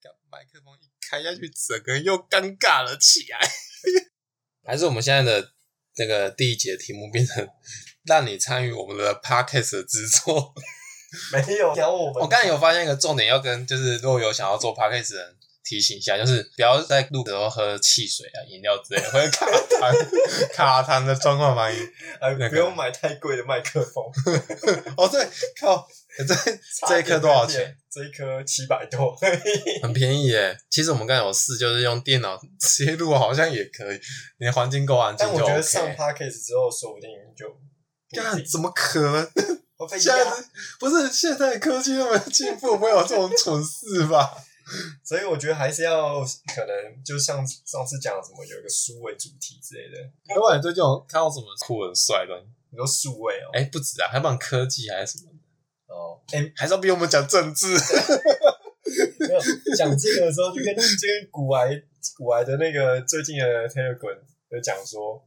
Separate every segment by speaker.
Speaker 1: 干麦克风一开下去，整个人又尴尬了起来。 还是我们现在的那个第一节题目变成让你参与我们的 podcast 的制作。
Speaker 2: 没有咬我们。
Speaker 1: 我刚才有发现一个重点，要跟就是如果有想要做 podcast 的人提醒一下，就是不要在录的时候喝汽水啊、饮料之类的，会卡痰、卡痰的状况蛮严
Speaker 2: 哎
Speaker 1: 那个
Speaker 2: 不用买太贵的麦克风，
Speaker 1: 哦，对，靠，这 这一颗多少钱？？
Speaker 2: 这一颗七百多，
Speaker 1: 很便宜耶。其实我们刚才有试，就是用电脑直接录，好像也可以。你的环境够安静
Speaker 2: 但
Speaker 1: 就
Speaker 2: 我
Speaker 1: OK。
Speaker 2: 觉得上 podcast 之后，说不定就
Speaker 1: 干怎么可能？
Speaker 2: 我被
Speaker 1: 现在
Speaker 2: 压，
Speaker 1: 不是现在科技那么进步，不会有这种蠢事吧？
Speaker 2: 所以我觉得还是要可能就像上次讲的什么，有一个数位主题之类的，
Speaker 1: 要不然你最近有看到什么酷很帅的东西？
Speaker 2: 你说数位哦，
Speaker 1: 哎、不止啊，还帮科技还是什么？
Speaker 2: 哦，哎，
Speaker 1: 还是要逼我们讲政治？
Speaker 2: 没有讲这个的时候，就跟就跟古癌古癌的那个最近的 Telegram 有讲说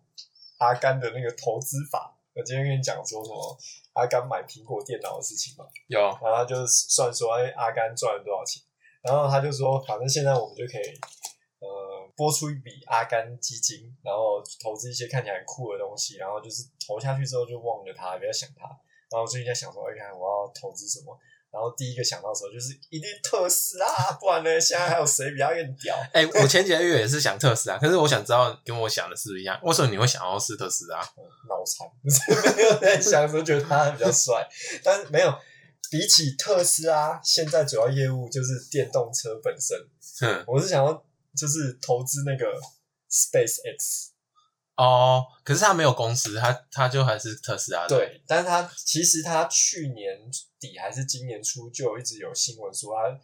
Speaker 2: 阿甘的那个投资法，我今天跟你讲说什么阿甘买苹果电脑的事情嘛，
Speaker 1: 有
Speaker 2: 然后他就算说哎阿甘赚了多少钱，然后他就说反正现在我们就可以呃拨出一笔阿甘基金，然后投资一些看起来很酷的东西，然后就是投下去之后就忘了他，不要想他。然后最近在想说，哎，看我要投资什么。然后第一个想到的时候就是一定特斯拉，啊不然呢，现在还有谁比他更屌？
Speaker 1: 哎、我前几个月也是想特斯拉，可是我想知道跟我想的是不是一样？为什么你会想要试特斯拉？
Speaker 2: 脑残， 没有在想说觉得他比较帅，但是没有。比起特斯拉，现在主要业务就是电动车本身。
Speaker 1: 哼
Speaker 2: 我是想要就是投资那个 Space X，
Speaker 1: 哦，可是他没有公司，他他就还是特斯拉的。，
Speaker 2: 对，但是他其实他去年底还是今年初就有一直有新闻说他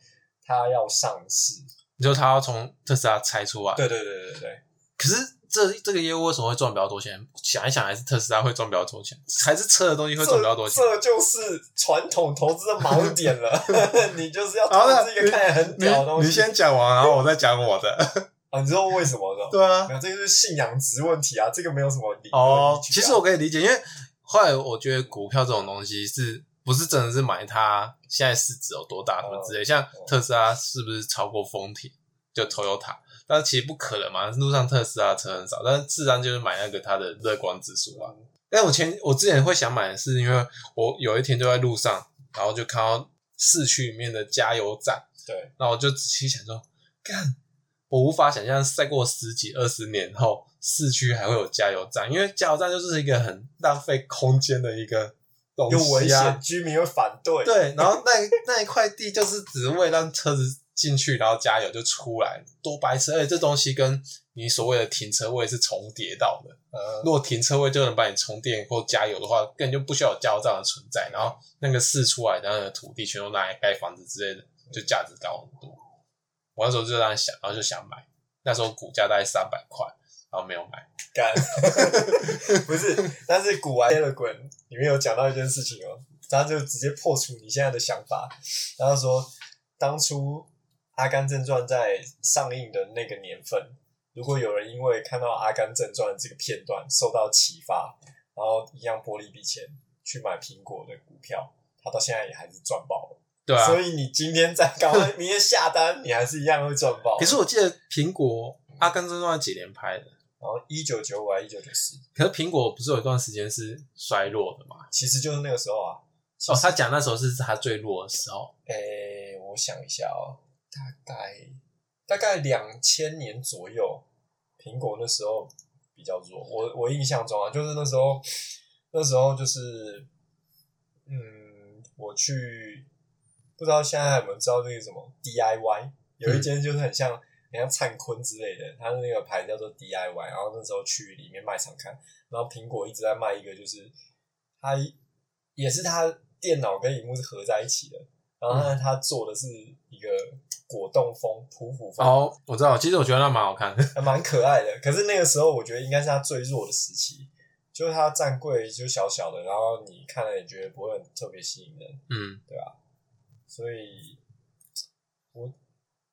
Speaker 2: 他要上市，
Speaker 1: 就他要从特斯拉拆出来。，
Speaker 2: 对对对对对，
Speaker 1: 可是这这个业务为什么会赚比较多钱？想一想，还是特斯拉会赚比较多钱，还是车的东西会赚比较多钱？
Speaker 2: 这这就是传统投资的盲点 了，你就是要
Speaker 1: 好
Speaker 2: 投
Speaker 1: 那
Speaker 2: 资一个看起来 很
Speaker 1: 你
Speaker 2: 屌的东西。
Speaker 1: 你先讲完，然后我再讲我的。
Speaker 2: 啊，你知道为什么呢？
Speaker 1: 对啊
Speaker 2: 没，有，这个就是信仰值问题啊，这个没有什么理论
Speaker 1: 哦
Speaker 2: 依，据啊
Speaker 1: 其实我可以理解，因为后来我觉得股票这种东西是不是真的是买它现在市值有多大什么之类，像特斯拉是不是超过丰田就 Toyota？但其实不可能嘛，路上特斯拉车很少，但是自然就是买那个它的乐观指数啊。但我前我之前会想买，是因为我有一天就在路上，然后就看到市区里面的加油站，
Speaker 2: 对，
Speaker 1: 然后我就仔细想说，干，我无法想象再过十几二十年后，市区还会有加油站，因为加油站就是一个很浪费空间的一个东
Speaker 2: 又危
Speaker 1: 西
Speaker 2: 险，
Speaker 1: 啊。
Speaker 2: 居民会反对。
Speaker 1: 对，然后那那一块地就是只为让车子进去，然后加油就出来，多白痴！而且这东西跟你所谓的停车位是重叠到的。
Speaker 2: 呃，
Speaker 1: 如果停车位就能帮你充电或加油的话，根本就不需要有加油站的存在。然后那个啊试出来的那个土地全都拿来盖房子之类的，就价值高很多。我那时候就这样想，然后就想买。那时候股价大概三百块，然后没有买。
Speaker 2: 干， 不是，但是古玩 Telegram 里面有讲到一件事情哦，他就直接破除你现在的想法，然后说当初《阿甘正传》在上映的那个年份，如果有人因为看到《阿甘正传》这个片段受到启发，然后一样拨了一笔钱去买苹果的股票，他到现在也还是赚爆了。
Speaker 1: 对啊，
Speaker 2: 所以你今天再赶快明天下单，你还是一样会赚爆。
Speaker 1: 可是我记得苹果《阿甘正传》几连拍的，
Speaker 2: 然后一九九五还一九九四，
Speaker 1: 可是苹果不是有一段时间是衰弱的嘛？
Speaker 2: 其实就是那个时候啊。
Speaker 1: 哦，他讲那时候是他最弱的时候，
Speaker 2: 诶、我想一下哦，大概大概两千年左右，苹果那时候比较弱。我我印象中啊，就是那时候，那时候就是，嗯，我去不知道现在还有没有知道这个什么 DIY，有一间就是很像、很像灿坤之类的，它的那个牌叫做 DIY。然后那时候去里面卖场看，然后苹果一直在卖一个，就是它也是它电脑跟荧幕是合在一起的，然后它它做的是一个果冻风、普普风，
Speaker 1: 哦，我知道，其实我觉得那蛮好看的。
Speaker 2: 还蛮可爱的。可是那个时候，我觉得应该是它最弱的时期，就是它站柜就小小的，然后你看了也觉得不会很特别吸引人，
Speaker 1: 嗯，
Speaker 2: 所以我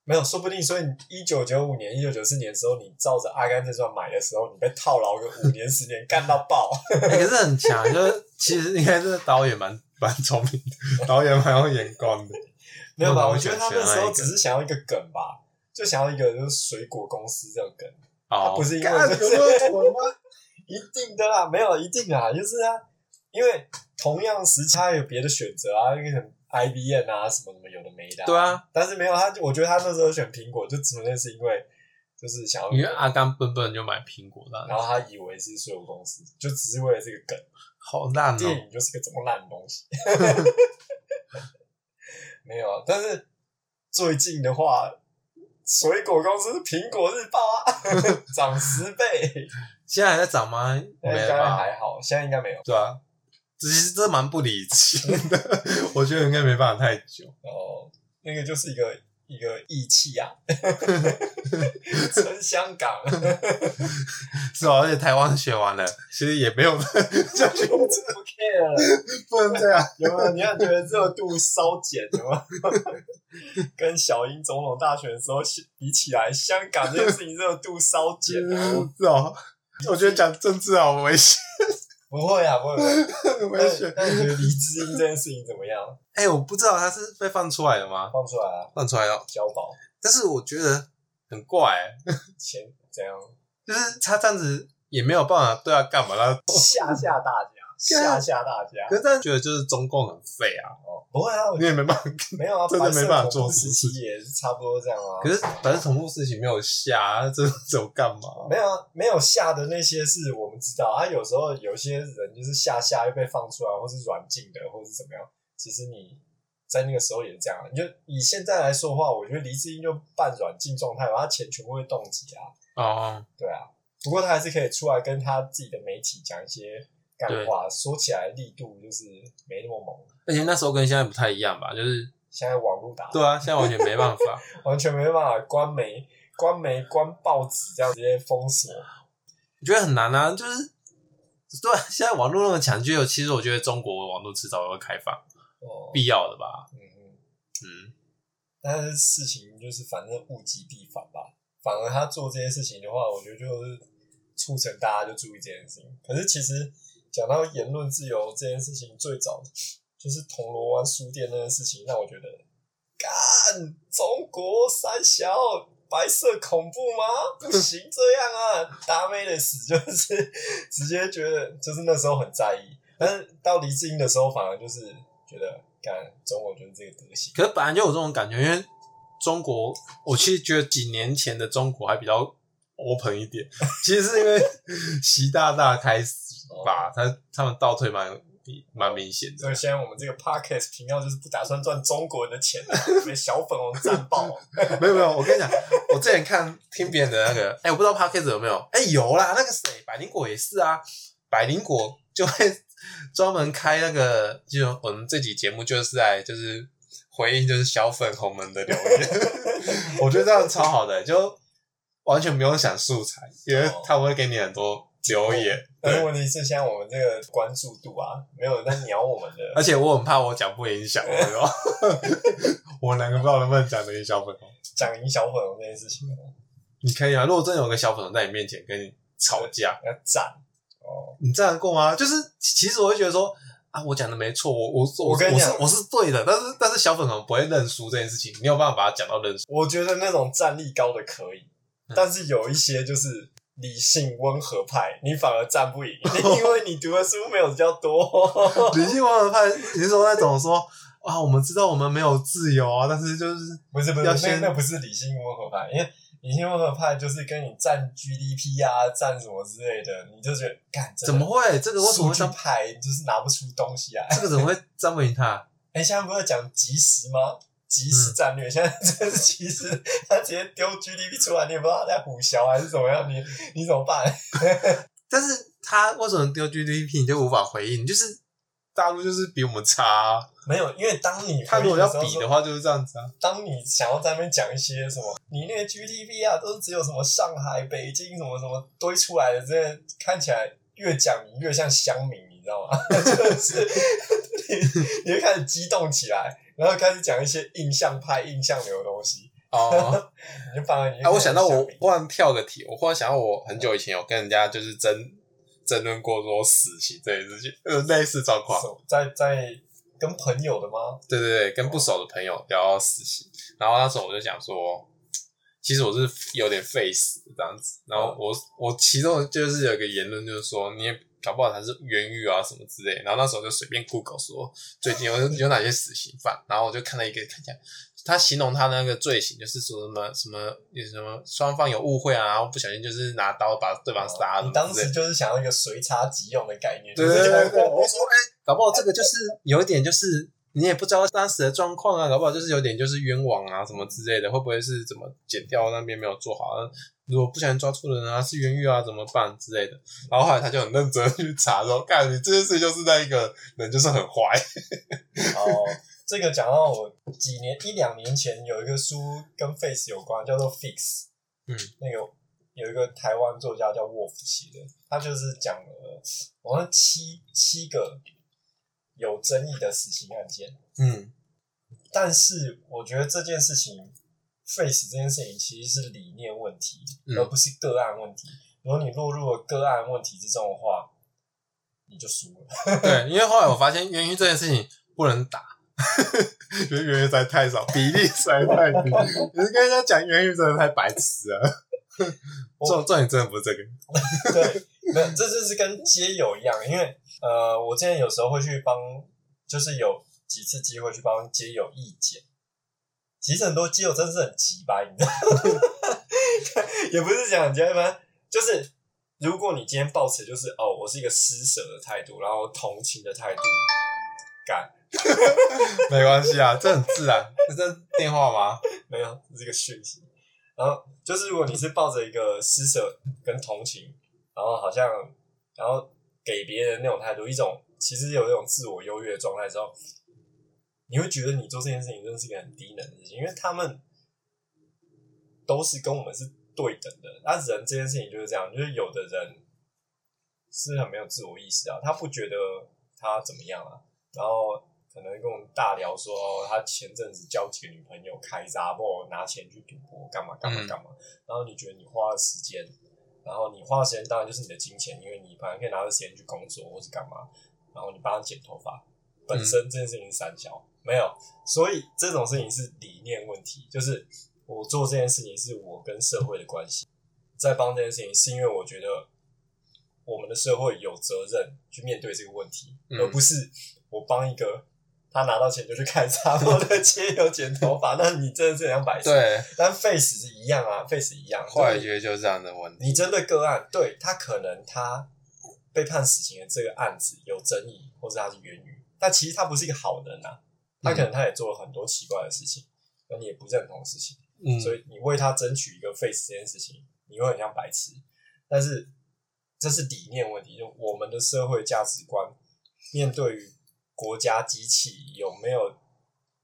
Speaker 2: 没有，说不定，所以一九九五年、一九九四年的时候，你照着《阿甘正传》买的时候，你被套牢个五年、十年，干到爆。
Speaker 1: 欸、可是很强，就是其实应该这个导演蛮蛮聪明的，导演蛮有眼光的。
Speaker 2: 没有吧？
Speaker 1: 那我
Speaker 2: 我觉得他
Speaker 1: 选
Speaker 2: 那时
Speaker 1: 哪一
Speaker 2: 候
Speaker 1: 个
Speaker 2: 只是想要一个梗吧，就想要一个就是水果公司这种梗，他
Speaker 1: 哦，
Speaker 2: 不是因
Speaker 3: 干
Speaker 2: 为
Speaker 3: 有那
Speaker 2: 就是
Speaker 3: 么蠢吗？
Speaker 2: 一定的啦，没有一定啊，就是啊，因为同样时期他有别的选择啊，那个什么 IBM 啊，什么什么有的没的、
Speaker 1: 对，啊，
Speaker 2: 但是没有他，我觉得他那时候选苹果，就纯粹是因为就是想要，
Speaker 1: 因为阿甘笨笨就买苹果的，
Speaker 2: 然后他以为是水果公司，就只是为了这个梗。
Speaker 1: 好烂哦、
Speaker 2: 电影就是个这么烂的东西。没有，啊，但是最近的话，水果公司《苹果日报》啊， 涨十倍，
Speaker 1: 现在还在涨吗？
Speaker 2: 应
Speaker 1: 没
Speaker 2: 该
Speaker 1: 了吧？
Speaker 2: 还好，现在应该没有。
Speaker 1: 对啊，其实这蛮不理智的， 我觉得应该没办法太久。
Speaker 2: 哦，那个就是一个一个义气啊， 撑香港，
Speaker 1: 是啊吧？而且台湾选完了，其实也没有就
Speaker 2: 就不 care 了。
Speaker 1: 不能 这样。
Speaker 2: 有没有？你看，觉得热度稍减了吗？ 跟小英总统大选的时候比起来，香港这件事情热度稍减 啊。我
Speaker 1: 是哦，我觉得讲政治好危险，
Speaker 2: 不会啊，不会不
Speaker 1: 很
Speaker 2: 会。那
Speaker 1: 危
Speaker 2: 你
Speaker 1: 险。
Speaker 2: 那你觉得黎智英这件事情怎么样？
Speaker 1: 哎、我不知道他是被放出来的吗？
Speaker 2: 放出来啊，
Speaker 1: 放出来了，
Speaker 2: 交保
Speaker 1: 但是我觉得很怪、欸
Speaker 2: 前怎样
Speaker 1: 就是他这样子也没有办法对他干嘛啦。
Speaker 2: 吓吓大家，吓吓大家
Speaker 1: 可。是这样觉得就是中共很废啊，
Speaker 2: 哦，不会啊，我
Speaker 1: 你也没办法。
Speaker 2: 没有啊，
Speaker 1: 真的
Speaker 2: 白色
Speaker 1: 没办法
Speaker 2: 恐怖
Speaker 1: 做什
Speaker 2: 时
Speaker 1: 么
Speaker 2: 期
Speaker 1: 事
Speaker 2: 也是差不多这样啊。
Speaker 1: 可是反正同步事情没有下、啊，这走干嘛？
Speaker 2: 没有啊，没有吓的那些是我们知道啊。有时候有些人就是吓吓又被放出来，或是软禁的，或是怎么样。其实你在那个时候也是这样、啊。你就以现在来说的话，我觉得黎智英就半软禁状态吧，他钱全部会冻结啊。
Speaker 1: 哦，
Speaker 2: 对啊，不过他还是可以出来跟他自己的媒体讲一些干话，说起来力度就是没那么猛。
Speaker 1: 而且那时候跟现在不太一样吧，就是
Speaker 2: 现在网络打
Speaker 1: 对啊，现在完全没办 法。
Speaker 2: 完全没办法关媒、关媒、关报纸这样直接封锁。
Speaker 1: 我觉得很难啊，就是对啊，现在网络那么强，就有其实我觉得中国网络迟早会开放，
Speaker 2: 哦，
Speaker 1: 必要的吧？
Speaker 2: 嗯嗯，
Speaker 1: 嗯，
Speaker 2: 但是事情就是反正物极必反吧。反而他做这些事情的话，我觉得就是促成大家就注意这件事情。可是其实讲到言论自由这件事情，最早就是铜锣湾书店那件事情，让我觉得干中国三小白色恐怖吗？不行这样啊，达美的死就是直接觉得就是那时候很在意，但是到黎智英的时候，反而就是觉得干中国就是这个德行。
Speaker 1: 可是本来就有这种感觉，因为中国，我其实觉得几年前的中国还比较 open 一点，其实是因为 习大大开始吧，他他们倒退蛮蛮明显的。
Speaker 2: 所以现在我们这个 podcast 频道就是不打算赚中国人的 钱、啊，被小粉红 战爆。
Speaker 1: 没有没有，我跟你讲，我之前看听别人的那个， 哎、我不知道 p o d c a s t 有没有，哎、有啦，那个谁，百灵果也是啊，百灵果就会专门开那个，就我们这期节目就是在就是回应就是小粉红们的留言，我觉得这样超好的、就完全不用想素材，因为他们会给你很多留言，
Speaker 2: 但是
Speaker 1: 对，
Speaker 2: 问题是，现在我们这个关注度啊，没有人在鸟我们的。
Speaker 1: 而且我很怕我讲不影响我们哦， 我们两个不知道能不能讲得赢小粉红，
Speaker 2: 讲赢小粉红这件事情啊，
Speaker 1: 你可以啊，如果真的有个小粉红在你面前跟你吵架。
Speaker 2: 要赞哦。
Speaker 1: 你这样过吗？就是其实我会觉得说啊，我讲的没错，我我
Speaker 2: 我跟你
Speaker 1: 是
Speaker 2: 讲
Speaker 1: 我是对的，但是但是小粉红不会认输这件事情，你有办法把它讲到 认输？
Speaker 2: 我觉得那种战力高的可以，
Speaker 1: 嗯
Speaker 2: 但是有一些就是理性温和派，你反而战不赢， 因为你读的书没有比较多。
Speaker 1: 理性温和派，你是说那种说啊，我们知道我们没有自由啊，但是就是
Speaker 2: 不是不是，
Speaker 1: 要先
Speaker 2: 那那不是理性温和派，因为理性温和派就是跟你占 GDP 啊，占什么之类的，你就觉得干
Speaker 1: 怎么？会这
Speaker 2: 这
Speaker 1: 个为什么会这样？
Speaker 2: 派就是拿不出东西来？
Speaker 1: 这个怎么会战不赢他？
Speaker 2: 哎、现在不是在讲即时吗？即时战略，现在真是即时，他直接丢 GDP 出来，你也不知道他在虎啸还是怎么样，你你怎么办？
Speaker 1: 但是他为什么丢 GDP 你就无法回应？就是大陆就是比我们差啊、
Speaker 2: 没有，因为当你
Speaker 1: 他如果要比的
Speaker 2: 的，
Speaker 1: 话就是这样子啊。
Speaker 2: 当你想要在那边讲一些什么，你那个 GDP 啊，都是只有什么上海、北京什么什么堆出来的，这些看起来越讲你越像乡民，你知道 吗？就是你你会开始激动起来，然后开始讲一些印象派、印象流的东西，
Speaker 1: 哦，
Speaker 2: 你就反而你
Speaker 1: 哎、
Speaker 2: 就
Speaker 1: 我想到
Speaker 2: 开始
Speaker 1: 我
Speaker 2: 乡民
Speaker 1: 忽然跳个题，我忽然想到我很久以前有跟人家就是争争论过说死刑这件事情，呃，类似状况。
Speaker 2: 手在在跟朋友的吗？
Speaker 1: 对对对，跟不熟的朋友聊实习，然后那时候我就想说，其实我是有点费死这样子。然后我我其中就是有一个言论，就是说你也搞不好他是冤狱啊什么之类。然后那时候就随便 Google 说最近有有哪些死刑犯，然后我就看了一个看起来，他形容他那个罪行就是说什么什么有什么双方有误会啊，然后不小心就是拿刀把对方杀了
Speaker 2: 哦你当
Speaker 1: 之类
Speaker 2: 时就是想要一个随插即用的概念，
Speaker 1: 对
Speaker 2: 就是
Speaker 1: 对对对，
Speaker 2: 我
Speaker 1: 我
Speaker 2: 我
Speaker 1: 说哎、搞不好这个就是有一点就是你也不知道当时的状况啊，搞不好就是有点就是冤枉啊什么之类的，会不会是怎么剪掉那边没有做好？啊如果不小心抓错人啊，是冤狱啊，怎么办之类的？然后后来他就很认真地去查说，干你这件事就是那一个人就是很坏，
Speaker 2: 哦，这个讲到我几年一两年前有一个书跟 face 有关，叫做 Fix。
Speaker 1: 嗯，
Speaker 2: 那个有一个台湾作家叫沃夫奇的，他就是讲了好像七七个有争议的死刑案件，
Speaker 1: 嗯
Speaker 2: 但是我觉得这件事情 face 这件事情其实是理念问题，
Speaker 1: 嗯
Speaker 2: 而不是个案问题。如果你落入了个案问题之中的话，你就输了。
Speaker 1: 对，因为后来我发现冤狱这件事情不能打。 觉得冤狱实在太少，比例实在太低。 你跟人家讲冤狱真的太白痴了。 重重点真的不是这个，
Speaker 2: 对，没有，这就是跟街友一样，因为呃，我之前有时候会去帮，就是有几次机会去帮街友意见。其实很多街友真是很急白，你知道吗， 也不是讲结吧，就是如果你今天抱持就是哦，我是一个施舍的态度，然后同情的态度，干
Speaker 1: 没关系啊，这很自然。这是电话吗？
Speaker 2: 没有这是一个讯息。然后就是如果你是抱着一个施舍跟同情，然后好像然后给别人那种态度，一种其实有一种自我优越的状态之后，你会觉得你做这件事情真的是一个很低能的事情，因为他们都是跟我们是对等的。那人这件事情就是这样，就是有的人是很没有自我意识啊，他不觉得他怎么样啊，然后可能跟我们大聊说哦他前阵子交几个女朋友开闸或拿钱去赌博干嘛干嘛干嘛，然后你觉得你花了时间。然后你花的时间当然就是你的金钱，因为你反正可以拿着时间去工作或是干嘛，然后你帮他剪头发，
Speaker 1: 嗯
Speaker 2: 本身这件事情是三小、没有，所以这种事情是理念问题，就是我做这件事情是我跟社会的关系，在帮这件事情是因为我觉得我们的社会有责任去面对这个问题，
Speaker 1: 嗯
Speaker 2: 而不是我帮一个。他拿到钱就去开叉，或者切油剪头发，那你真的是两百。，
Speaker 1: 对，
Speaker 2: 但 face 是一样啊，face 一样。
Speaker 1: 后来
Speaker 2: 就是
Speaker 1: 觉得就是这样的问题。
Speaker 2: 你针对个案，对他可能他被判死刑的这个案子有争议，或者他是冤狱，但其实他不是一个好人啊，他可能他也做了很多奇怪的事情，那你也不认同的事情，
Speaker 1: 嗯
Speaker 2: 所以你为他争取一个 face 这件事情，你会很像白痴，但是这是理念问题，就我们的社会价值观面对于国家机器有没有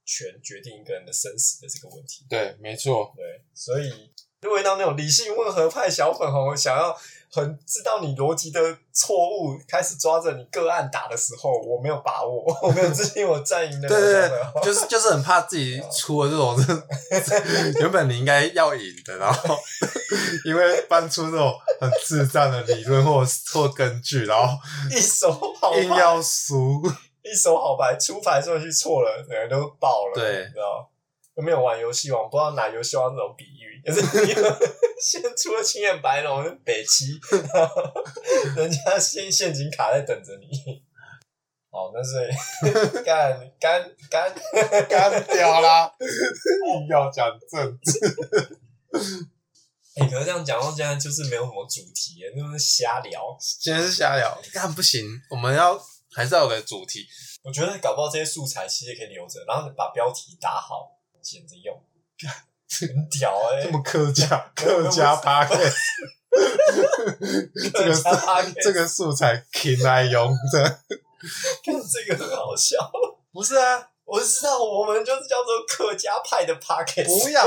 Speaker 2: 权决定一个人的生死的这个问题，
Speaker 1: 对，没错，
Speaker 2: 对，所以如果遇到那种理性温和派小粉红，想要很知道你逻辑的错误，开始抓着你个案打的时候，我没有把握，我没有自信我战赢的。
Speaker 1: 对对
Speaker 2: 小粉
Speaker 1: 对，
Speaker 2: 红
Speaker 1: 就是就是很怕自己出了这种 原本你应该要赢的，然后 因为搬出那种很智障的理论或或根据，然后
Speaker 2: 一手好
Speaker 1: 硬
Speaker 2: 牌，
Speaker 1: 要输。
Speaker 2: 一手好牌，出牌顺序错了，整个人都爆了，
Speaker 1: 对
Speaker 2: 你知道。有没有玩游戏王？不知道拿游戏王这种比喻，就是 你先出了青眼白龙跟北七，然后人家先陷阱卡在等着你。哦，那是 干干干
Speaker 1: 干掉啦！硬要讲政治，
Speaker 2: 哎、可是这样讲到现在就是没有什么主题耶，就是瞎聊。
Speaker 1: 今天是瞎聊，干不行，我们要还是要有个主题。
Speaker 2: 我觉得搞不好这些素材其实也可以留着，然后你把标题打好，捡着用，很屌哎、
Speaker 1: 这么客家客家 p a 这个是
Speaker 2: 客家 podcast
Speaker 1: 这个素材挺来用的。
Speaker 2: 看这个很好笑。
Speaker 1: 不是 啊，
Speaker 2: 我知道，我们就是叫做客家派的 pocket，
Speaker 1: 不要，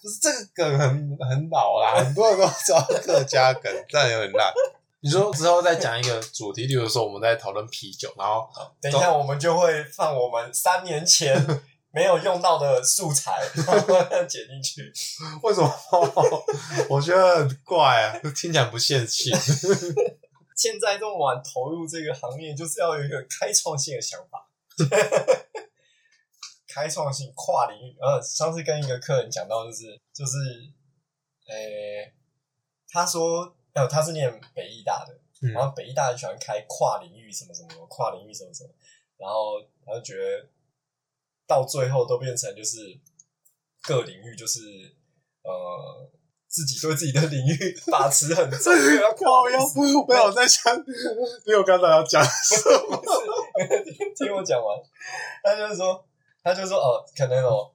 Speaker 1: 不是这个梗很很老 啦，很多人都知道客家梗，但有点烂。你说之后再讲一个主题，例如说我们在讨论啤酒，然后
Speaker 2: 等一下我们就会放我们三年 前没有用到的素 材，然后剪进去。
Speaker 1: 为 什么我觉得很怪啊，听起来不现实。
Speaker 2: 现在这么晚投入这个行业，就是要有一个开创性的想法。 开创性跨领域。呃，上次跟一个客人讲到，就是就是，诶、他说，呃，他是念北医大的，
Speaker 1: 嗯
Speaker 2: 然后北医大很喜欢开跨领域什么什么，跨领域什么什么，然后他就觉得到最后都变成就是各领域就是呃自己对自己的领域把持很 重，不要
Speaker 1: 靠
Speaker 2: 跨
Speaker 1: 腰
Speaker 2: 领域，
Speaker 1: 不要我在想，因为我刚才要讲什么？
Speaker 2: 不是听我讲完，他就是说，他就说哦，可能有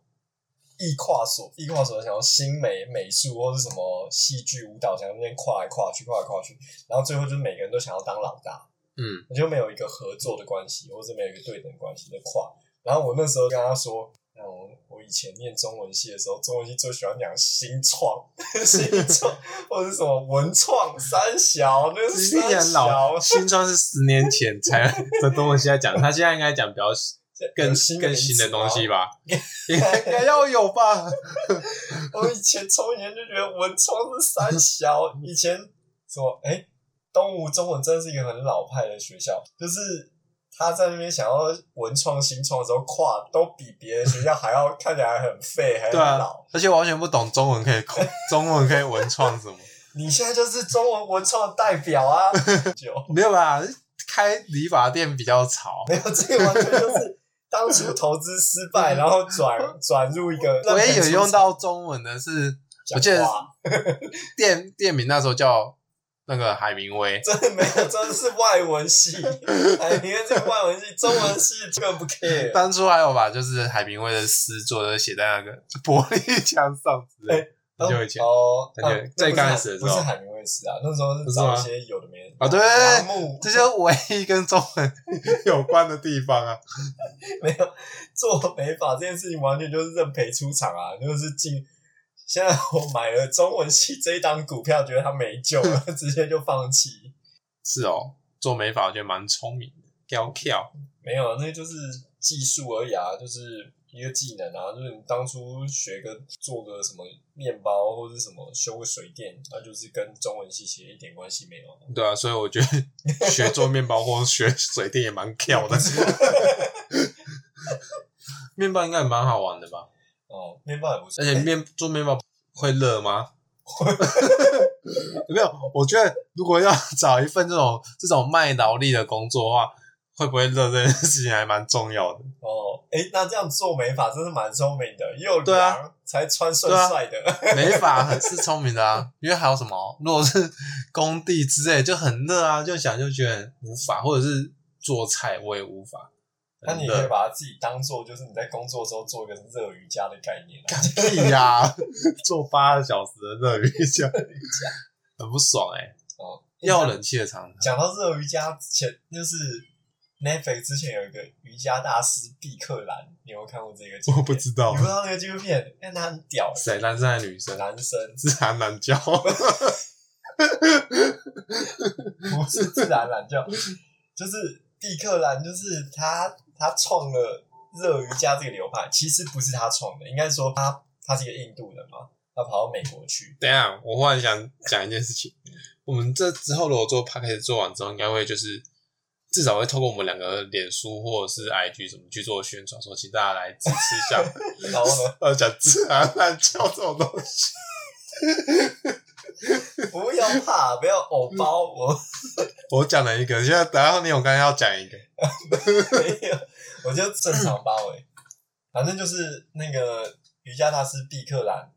Speaker 2: 艺跨所，艺跨所想要新美美术或是什么戏剧舞蹈，想要那边跨来跨去，跨来跨去，然后最后就是每个人都想要当老大，
Speaker 1: 嗯，
Speaker 2: 就没有一个合作的关系，或者没有一个对等关系的跨。然后我那时候跟他说，嗯，我以前念中文系的时候，中文系最喜欢讲新创、 新创或者是什么文创、三小，那是
Speaker 1: 其实
Speaker 2: 三
Speaker 1: 很老，
Speaker 2: 小，
Speaker 1: 新创是十年前才的东西在讲，他现在应该讲比较更
Speaker 2: 有新
Speaker 1: 更新的东西
Speaker 2: 吧。
Speaker 1: 吧？应该要有吧？
Speaker 2: 我以前从以前就觉得文创是三小，以前什么哎、东吴中文真的是一个很老派的学校，就是他在那边想要文创新创的时候跨，都比别的学校还要 看起来很废，还很
Speaker 1: 对啊
Speaker 2: 老。，
Speaker 1: 而且我完全不懂中文可以中文可以文创什么，
Speaker 2: 你现在就是中文文创的代表啊！ 就
Speaker 1: 没有吧？开理发店比较潮。
Speaker 2: 没有这个完全就是当初投资失败，然后转转入一个
Speaker 1: 我也有用到中文的是
Speaker 2: 讲话，
Speaker 1: 我记得店店名那时候叫那个海明威，
Speaker 2: 真的没有，真的是外文系。哎，你看这个外文系，中文系这个不 care。
Speaker 1: 当初还有把就是海明威的诗作都写在那个玻璃墙上之类的，很久以前
Speaker 2: 哦，
Speaker 1: 很久
Speaker 2: 啊
Speaker 1: 最
Speaker 2: 那不是
Speaker 1: 刚开始的时候
Speaker 2: 不是海明威诗啊，那时候
Speaker 1: 不
Speaker 2: 是
Speaker 1: 是吗
Speaker 2: 找一些有的没的
Speaker 1: 哦对
Speaker 2: 栏目
Speaker 1: 这就是唯一跟中文有关的地方啊。
Speaker 2: 没有 做美发这件事情，完全就是认赔出场啊，就是进。现在我买了中文系这一档股票，觉得它没救了， 直接就放弃。
Speaker 1: 是哦，做美发我觉得蛮聪明的，高跳。
Speaker 2: 没有，啊那就是技术而已啊，就是一个技能啊，就是你当初学个做个什么面包或者什么修个水电，那就是跟中文系其实一点关系没有啊。
Speaker 1: 对啊，所以我觉 得学做面包或学水电也蛮跳的。面包应该也蛮好玩的吧？
Speaker 2: 哦，面包也不错，
Speaker 1: 而且面做面包会热吗？ 没有，我觉得如果要找一份这种这种卖劳力的工作的话，会不会热这件事情还蛮重要的。
Speaker 2: 哦，哎、那这样做美发真是蛮聪明的，又
Speaker 1: 对啊
Speaker 2: 凉才穿帅
Speaker 1: 对啊
Speaker 2: 帅的，
Speaker 1: 美发很是聪明的啊，因为还有什么，如果是工地之类就很热啊，就想就觉得很无法，或者是做菜我也无法。
Speaker 2: 那你
Speaker 1: 很
Speaker 2: 可以
Speaker 1: 热
Speaker 2: 把它自己当做就是你在工作的时候做一个热瑜伽的概念、啊，
Speaker 1: 屁呀、做八个小时的热瑜伽，很不爽哎、
Speaker 2: 哦，
Speaker 1: 要有冷气的场合，
Speaker 2: 讲到热瑜伽之前，就是 Netflix 之前有一个瑜伽大师毕克兰，你有没有看过这个纪录片？
Speaker 1: 我不知道
Speaker 2: 你不知道那个纪录片？但他很屌、欸，
Speaker 1: 谁男生还是女生，
Speaker 2: 男生
Speaker 1: 自然难教。
Speaker 2: 不 是自然懒觉，就是毕克兰，就是他他创了热瑜伽这个流派，其实不是他创的，应该说他他是一个印度人嘛，他跑到美国去，
Speaker 1: 等一下，我忽然想讲一件事情。我们这之后如果做 p a c k a g e 做完之后，应该会就是至少会透过我们两个脸书或者是 IG 什么去做宣传，说请大家来支持一 下。
Speaker 2: 然后呢，
Speaker 1: 呃，讲自然滥叫这种东西，
Speaker 2: 不要怕，不要偶包，我
Speaker 1: 我讲了一个，现在然后你我刚才要讲一个，
Speaker 2: 没有，我就正常包围、反正就是那个瑜伽大师毕克兰，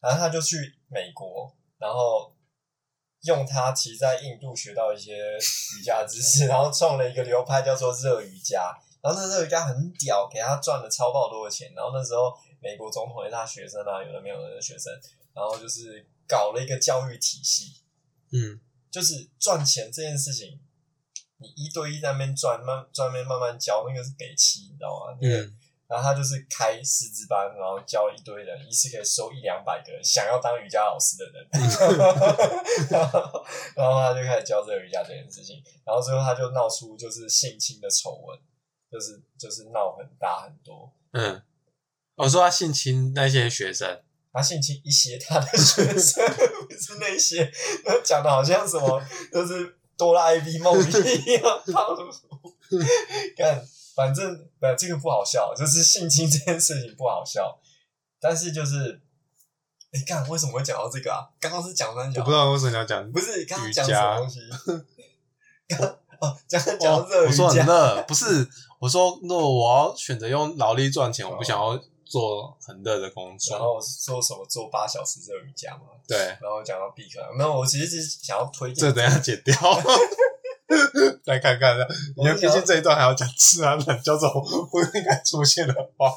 Speaker 2: 然后他就去美国，然后用他其实在印度学到一些瑜伽知识，然后创了一个流派叫做热瑜伽。然后那热瑜伽很屌，给他赚了超爆多的钱。然后那时候美国总统也是他学生啊，有的没有的学生，然后就是搞了一个教育体系，
Speaker 1: 嗯，
Speaker 2: 就是赚钱这件事情，你一对一在那边赚，慢赚那边慢慢教，那个是北七，你知道吗？那个
Speaker 1: 嗯，
Speaker 2: 然后他就是开师资班，然后教一堆人，一次可以收一两百个人想要当瑜伽老师的人， 然后然后他就开始教这个瑜伽这件事情，然后最后他就闹出就是性侵的丑闻，就是就是闹很大很多，
Speaker 1: 嗯，我说他性侵那些学生，
Speaker 2: 他性侵一些他的学生， 不是那些，然后讲的好像 什么就是哆啦 A 梦一样，胖虎干反正呃，这个不好笑，就是性侵这件事情不好笑。但是就是，哎、干为什么会讲到这个啊？刚刚是讲三角，
Speaker 1: 我不知道为什么你要讲
Speaker 2: 不是刚刚
Speaker 1: 瑜
Speaker 2: 讲什
Speaker 1: 伽
Speaker 2: 么东西？刚哦，讲哦讲到热
Speaker 1: 我
Speaker 2: 瑜
Speaker 1: 说很
Speaker 2: 伽，
Speaker 1: 热，不是我说，如果我要选择用劳力赚钱，我不想要做很热的工
Speaker 2: 然
Speaker 1: 作。
Speaker 2: 后说什么做八小时热瑜伽嘛，
Speaker 1: 对，
Speaker 2: 然后讲到必可，没有，我其实只是想要推
Speaker 1: 这
Speaker 2: 荐，
Speaker 1: 等一下剪掉， 来看看。因
Speaker 2: 我
Speaker 1: 为毕
Speaker 2: 是想要
Speaker 1: 竟这一段还要讲自然冷，叫做不应该出现的话。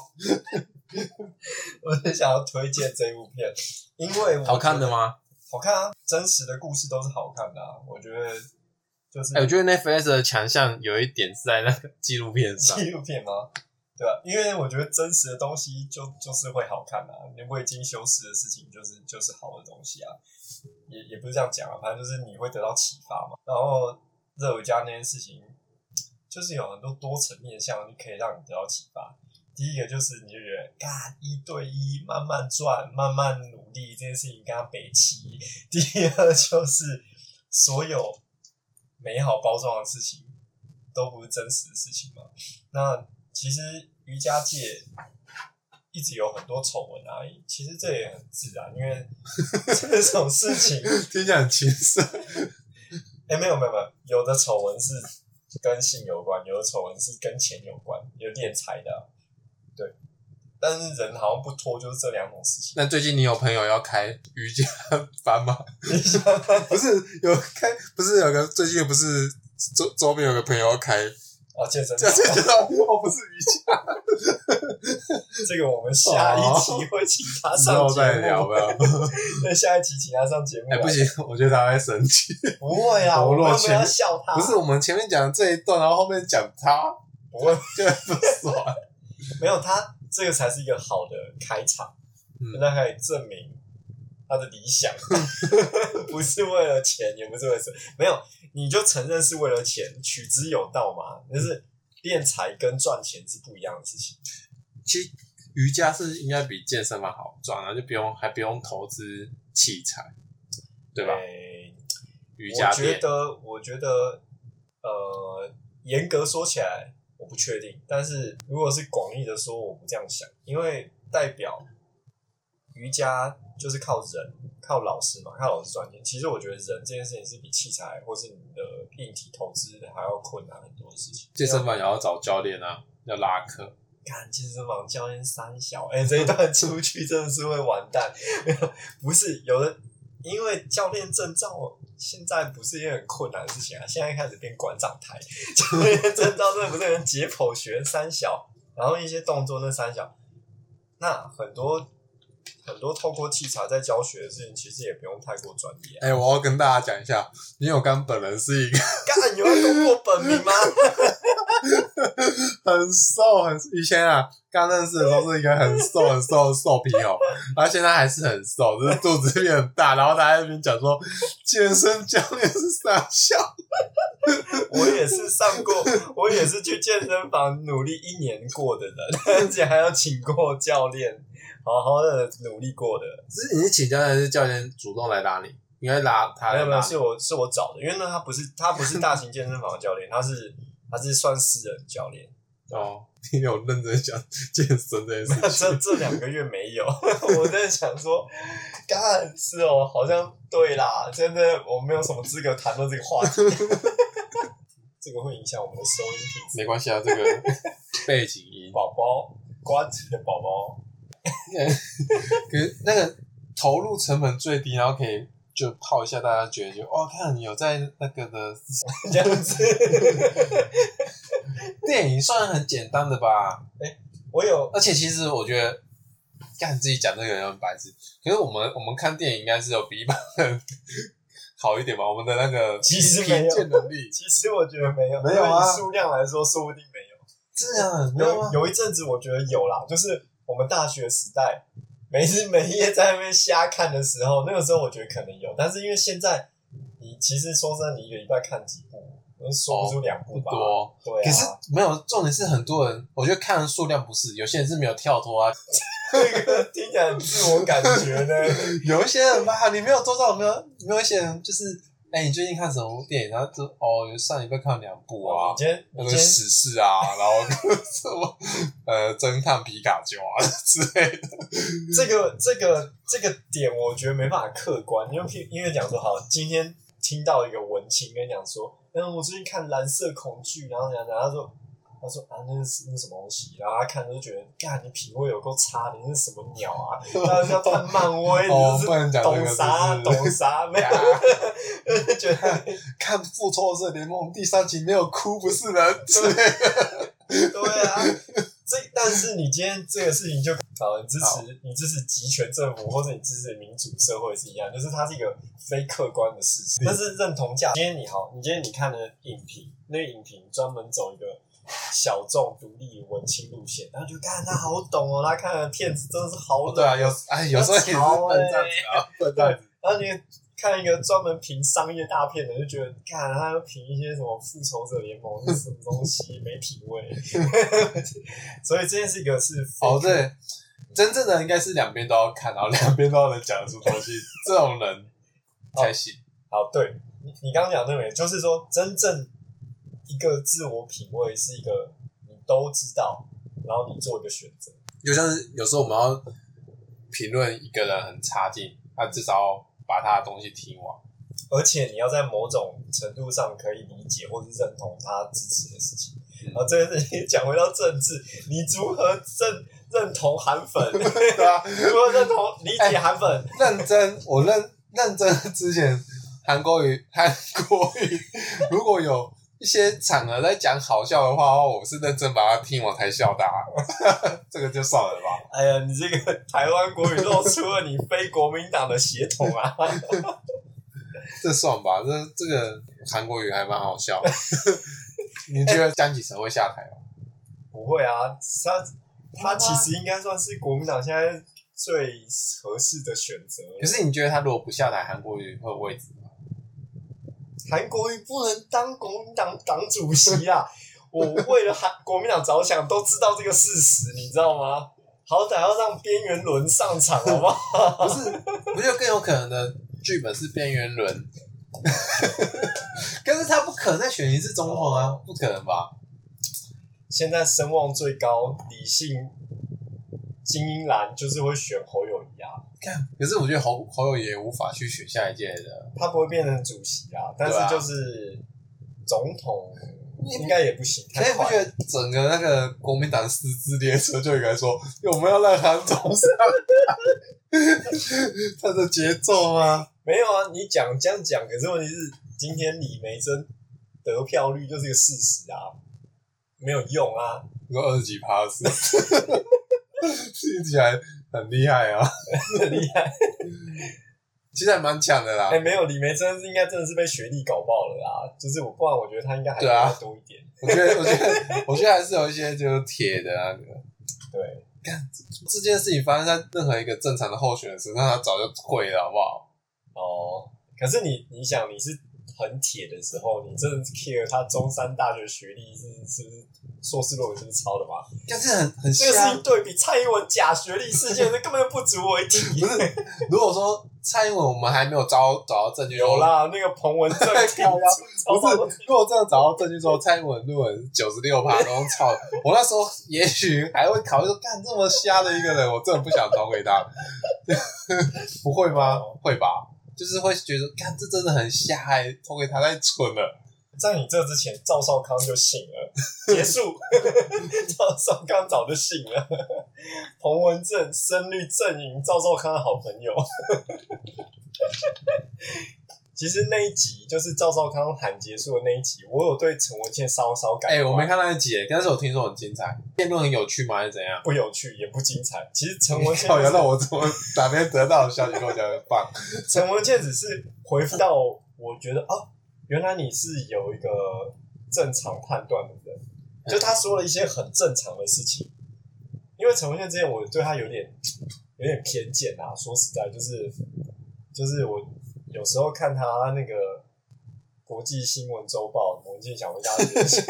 Speaker 2: 我是想要推荐这部片，因为我
Speaker 1: 好看的
Speaker 2: 觉得？
Speaker 1: 吗？
Speaker 2: 好看啊，真实的故事都是好看的啊，我觉得就是
Speaker 1: 哎、我觉得 Netflix 的强项有一点是在那个纪录片上，
Speaker 2: 纪录片吗？对吧、因为我觉得真实的东西就就是会好看啊，你未经修饰的事情就是就是好的东西啊，也也不是这样讲啊，反正就是你会得到启发嘛。然后热瑜伽那件事情，就是有很多多层面向，你可以让你得到启发。第一个就是你就觉得，干一对一慢慢赚，慢慢努力这件事情跟他北齐。第二就是所有美好包装的事情都不是真实的事情嘛。那其实瑜伽界一直有很多丑闻啊，其实这也很自然，因为这种事情，
Speaker 1: 听起来很青涩。
Speaker 2: 哎、没有没有没有，有的丑闻是跟性有关，有的丑闻是跟钱有关，有敛财的啊、对。但是人好像不脱就是这两种事情。
Speaker 1: 那最近你有朋友要开瑜伽班吗？
Speaker 2: 你想哦，
Speaker 1: 不是有开，不是有个最近不是周周边有个朋友要开，
Speaker 2: 哦健身
Speaker 1: 这
Speaker 2: 房
Speaker 1: 样就觉得我不是瑜伽。
Speaker 2: 这个我们下一期会请他
Speaker 1: 哦之
Speaker 2: 上
Speaker 1: 后
Speaker 2: 节
Speaker 1: 再聊
Speaker 2: 目，
Speaker 1: 吧。
Speaker 2: 对，下一期请他上节目。
Speaker 1: 哎、不，行，我觉得他会生气。
Speaker 2: 不会啊，
Speaker 1: 我
Speaker 2: 我
Speaker 1: 若
Speaker 2: 们又不要
Speaker 1: 前
Speaker 2: 笑他，
Speaker 1: 不是，我们前面讲这一段，然后后面讲他，
Speaker 2: 不会，
Speaker 1: 就会不爽。
Speaker 2: 没有他这个才是一个好的开场，
Speaker 1: 嗯
Speaker 2: 那可以证明他的理想，不是为了钱，也不是为了什么没有，你就承认是为了钱，取之有道嘛，就是敛财跟赚钱是不一样的事情。
Speaker 1: 其实瑜伽是应该比健身房好赚啊，就不用还不用投资器材，对吧？
Speaker 2: 诶
Speaker 1: 瑜伽
Speaker 2: 我觉
Speaker 1: 垫，
Speaker 2: 得，我觉得，呃，严格说起来，我不确定。但是如果是广义的说，我不这样想，因为代表瑜伽就是靠人、靠老师嘛，靠老师赚钱。其实我觉得人这件事情是比器材或是你的硬体投资还要困难很多的事情。
Speaker 1: 健身房也要找教练啊，要拉客。
Speaker 2: 看健身房教练三小，哎、这一段出去真的是会完蛋。 不是有的，因为教练证照现在不是一件很困难的事情啊，现在开始变馆长台，教练证照真的不是人解剖学三小，然后一些动作那三小，那很多很多透过器材在教学的事情，其实也不用太过专业、啊。
Speaker 1: 哎、我要跟大家讲一下，因为我刚本人是一个
Speaker 2: 干，你会公布本名吗？
Speaker 1: 很瘦，很以前啊刚认识的时候是一个很瘦很瘦的瘦皮友，然后现在还是很瘦，就是肚子变很大，然后他在那边讲说健身教练是傻笑。
Speaker 2: 我也是上过，我也是去健身房努力一年过的人， 而且还要请过教练，好好的努力过的。
Speaker 1: 是你是请教练，还是教练主动来拉你？应该拉他
Speaker 2: 没
Speaker 1: 来
Speaker 2: 有没
Speaker 1: 拉
Speaker 2: 有，
Speaker 1: 你
Speaker 2: 是我是我找的，因为呢，他不是他不是大型健身房的教练，他是他是算私人教练。
Speaker 1: 哦，你有认真想健身这件事情？
Speaker 2: 这这两个月没有， 我在想说，干是哦，好像对啦，真的我没有什么资格谈论这个话题， 这个会影响我们的收音品质。
Speaker 1: 没关系啊，这个背景音，
Speaker 2: 宝宝，瓜子的宝宝，
Speaker 1: 可是那个投入成本最低，然后可以就泡一下，大家觉得就哦，看你有在那个的
Speaker 2: 这样子。
Speaker 1: 电影算很简单的吧？
Speaker 2: 我有
Speaker 1: 而且其实我觉得。干自己讲这个人很白痴，可是我们我们看电影应该是有比一般人好一点吧？我们的那个
Speaker 2: 其实没有
Speaker 1: 评鉴能力，
Speaker 2: 其实我觉得没有，
Speaker 1: 没有啊
Speaker 2: 对以数量来说，说不定没有。
Speaker 1: 这样没有啊
Speaker 2: 有
Speaker 1: 吗？
Speaker 2: 有一阵子，我觉得有啦，就是我们大学时代没 日没夜在那边瞎看的时候，那个时候我觉得可能有，但是因为现在你其实说真的，你一个礼拜看几部，我说不出两
Speaker 1: 哦不
Speaker 2: 部吧。
Speaker 1: 多，
Speaker 2: 对啊，
Speaker 1: 可是没有，重点是很多人，我觉得看的数量不是，有些人是没有跳脱啊，
Speaker 2: 这 个听 起来很自我感觉呢。
Speaker 1: 有一些人吧，你没有多少，没有没有一些人就是哎、你最近看什么电影？然后就哦，上礼拜看了两部啊
Speaker 2: 哇，你，今天
Speaker 1: 那
Speaker 2: 你
Speaker 1: 个
Speaker 2: 今天
Speaker 1: 史事啊，然后 什么呃，侦探皮卡丘啊之类的。
Speaker 2: 这个这个这个点，我觉得没办法客观，因为譬因为讲说，好，今天听到一个文青跟你讲说，嗯，我最近看《蓝色恐惧》，然后讲讲他说，他说啊，那是那是什么东西？然后他看就觉得，干，你品味有够差，你是什么鸟啊？ 然后要看漫威，
Speaker 1: 哦
Speaker 2: 你，
Speaker 1: 不
Speaker 2: 是
Speaker 1: 能讲这
Speaker 2: 懂
Speaker 1: 个，
Speaker 2: 啥
Speaker 1: 就是
Speaker 2: 懂啥？ 没有，觉得
Speaker 1: 看《复仇者联盟》第三集没有哭不是人之类的。
Speaker 2: 对啊。这但是你今天这个事情就好，你支持你支持集权政府，或者你支持民主社会是一样，就是它是一个非客观的事实。但是认同价，今天你好，你今天你看的影评，那个影评专门走一个小众独立文青路线，然后就看他好懂哦，他看的片子真的是好
Speaker 1: 哦，
Speaker 2: 懂，
Speaker 1: 对啊，有哎，有时候也是笨蛋啊，笨蛋。
Speaker 2: 然后你看一个专门评商业大片的，就觉得，看他要评一些什么《复仇者联盟》是什么东西，没品 味。所以这件事一个是
Speaker 1: 哦，
Speaker 2: 非
Speaker 1: 对，真正的应该是两边都要看，然后两边都要能讲得出东西，这种人才行。
Speaker 2: 好，对你你刚刚讲的对没？就是说，真正一个自我品味是一个你都知道，然后你做一个选择。
Speaker 1: 就像是有时候我们要评论一个人很差劲，那至少要把他的东西听完。
Speaker 2: 而且你要在某种程度上可以理解或是认同他支持的事情。
Speaker 1: 嗯
Speaker 2: 然后这件事情讲回到政治，你如何认认同韩粉？
Speaker 1: 对啊，
Speaker 2: 如何认同理解韩粉？
Speaker 1: 认真，我认认真之前，韩国语韩国语如果有一些场合在讲好笑的话，我是认真把它听完才笑的、啊， 这个就算了吧。
Speaker 2: 哎呀，你这个台湾国语露出了你非国民党的血统啊！
Speaker 1: 这算吧，这这个韩国语还蛮好笑的。 你觉得江启臣会下台吗？
Speaker 2: 不会啊，他他其实应该算是国民党现在最合适的选择了。
Speaker 1: 可是你觉得他如果不下台，韩国瑜会有位置吗？
Speaker 2: 韩国瑜不能当国民党党主席 啊！我为了韩国民党着想，都知道这个事实，你知道吗？好歹要让边缘轮上场，好不好？
Speaker 1: 不是，不就更有可能的剧本是边缘人？ 可是他不可能再选一次总统啊，不可能吧？
Speaker 2: 现在声望最高，理性精英蓝就是会选侯友谊啊。
Speaker 1: 看，可是我觉得侯侯友宜也无法去选下一届的，
Speaker 2: 他不会变成主席啊，但
Speaker 1: 对啊
Speaker 2: 是就是总统
Speaker 1: 你
Speaker 2: 应该也不行，
Speaker 1: 可
Speaker 2: 太
Speaker 1: 是不
Speaker 2: 快
Speaker 1: 觉得整个那个国民党失之列车就应该说，我们要让韩总上台，他的节奏啊，
Speaker 2: 没有啊。你讲这样讲，可是问题是今天李梅珍得票率就是个事实啊，没有用啊。
Speaker 1: 你说二十几趴是，听起来很厉害啊，
Speaker 2: 很厉害，
Speaker 1: 其实还蛮强的啦
Speaker 2: 哎、。没有李梅珍应该真的是被学历搞爆了啦。就是我，不然我觉得他应该还
Speaker 1: 对啊
Speaker 2: 要多一点。
Speaker 1: 我觉得，我觉得，我觉得还是有一些就是铁的那个。
Speaker 2: 对，
Speaker 1: 这件事情发生在任何一个正常的候选人身上，他早就退了，好不好？
Speaker 2: 哦，可是你你想你是。很铁的时候，你真的 care 他中山大学学历是是不是硕士论文是不是抄的吗？
Speaker 1: 但是很很
Speaker 2: 这个事
Speaker 1: 瞎啊
Speaker 2: 情。对比蔡英文假学历事件，这根本就不足为提
Speaker 1: 不。是，如果说蔡英文我们还没有找找到证据，
Speaker 2: 有，啦，那个彭文 正
Speaker 1: 靠腰不是，如果真的找到证据说蔡英文论文九十六趴，然后操，我那时候也许还会考虑说，干这么瞎的一个人，我真的不想投给他， 不会吗？会吧，就是会觉得，干这真的很瞎、欸，投给他太蠢了。
Speaker 2: 在你这之前，赵少康就信了， 结束。赵少康早就信了，彭文正深绿阵营赵少康的好朋友。其实那一集就是赵少康喊结束的那一集，我有对陈文茜稍稍改
Speaker 1: 哎、
Speaker 2: 观。
Speaker 1: 我没看那一集欸，但是我听说很精彩，辩论很有趣吗？还是怎样？
Speaker 2: 不有趣，也不精彩。其实陈文茜
Speaker 1: 靠，原来我怎么哪边得到的消息跟我讲很棒？
Speaker 2: 陈文健只是回复到，我觉得哦，原来你是有一个正常判断的人，就他说了一些很正常的事情。因为陈文健之前我对他有点有点偏见啊，说实在就是就是我有时候看他那个国际新闻周报，文健小回家的东西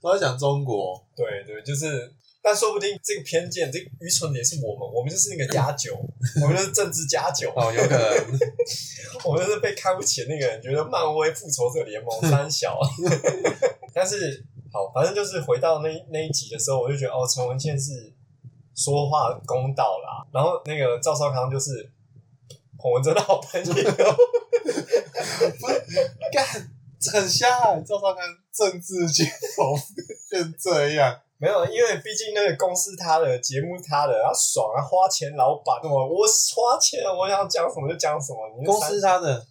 Speaker 1: 都在讲中国，
Speaker 2: 对对，就是但说不定这个偏见、这个愚蠢的也是我们，我们就是那个加酒，我们就是政治加酒，
Speaker 1: 哦，有可能，
Speaker 2: 我们就是被看不起的那个人，觉得漫威复仇者联盟三小。 但是好，反正就是回到那那一集的时候，我就觉得哦，陈文茜是说话公道啦，然后那个赵少康就是彭文珍的好朋友，
Speaker 1: 干，很瞎，赵少康政治军头变这 样，
Speaker 2: 没有，因为毕竟那个公司他的节目他的，他爽啊，花钱老板，我我花钱，我想讲什么就讲什么，你就
Speaker 1: 公
Speaker 2: 三
Speaker 1: 司他的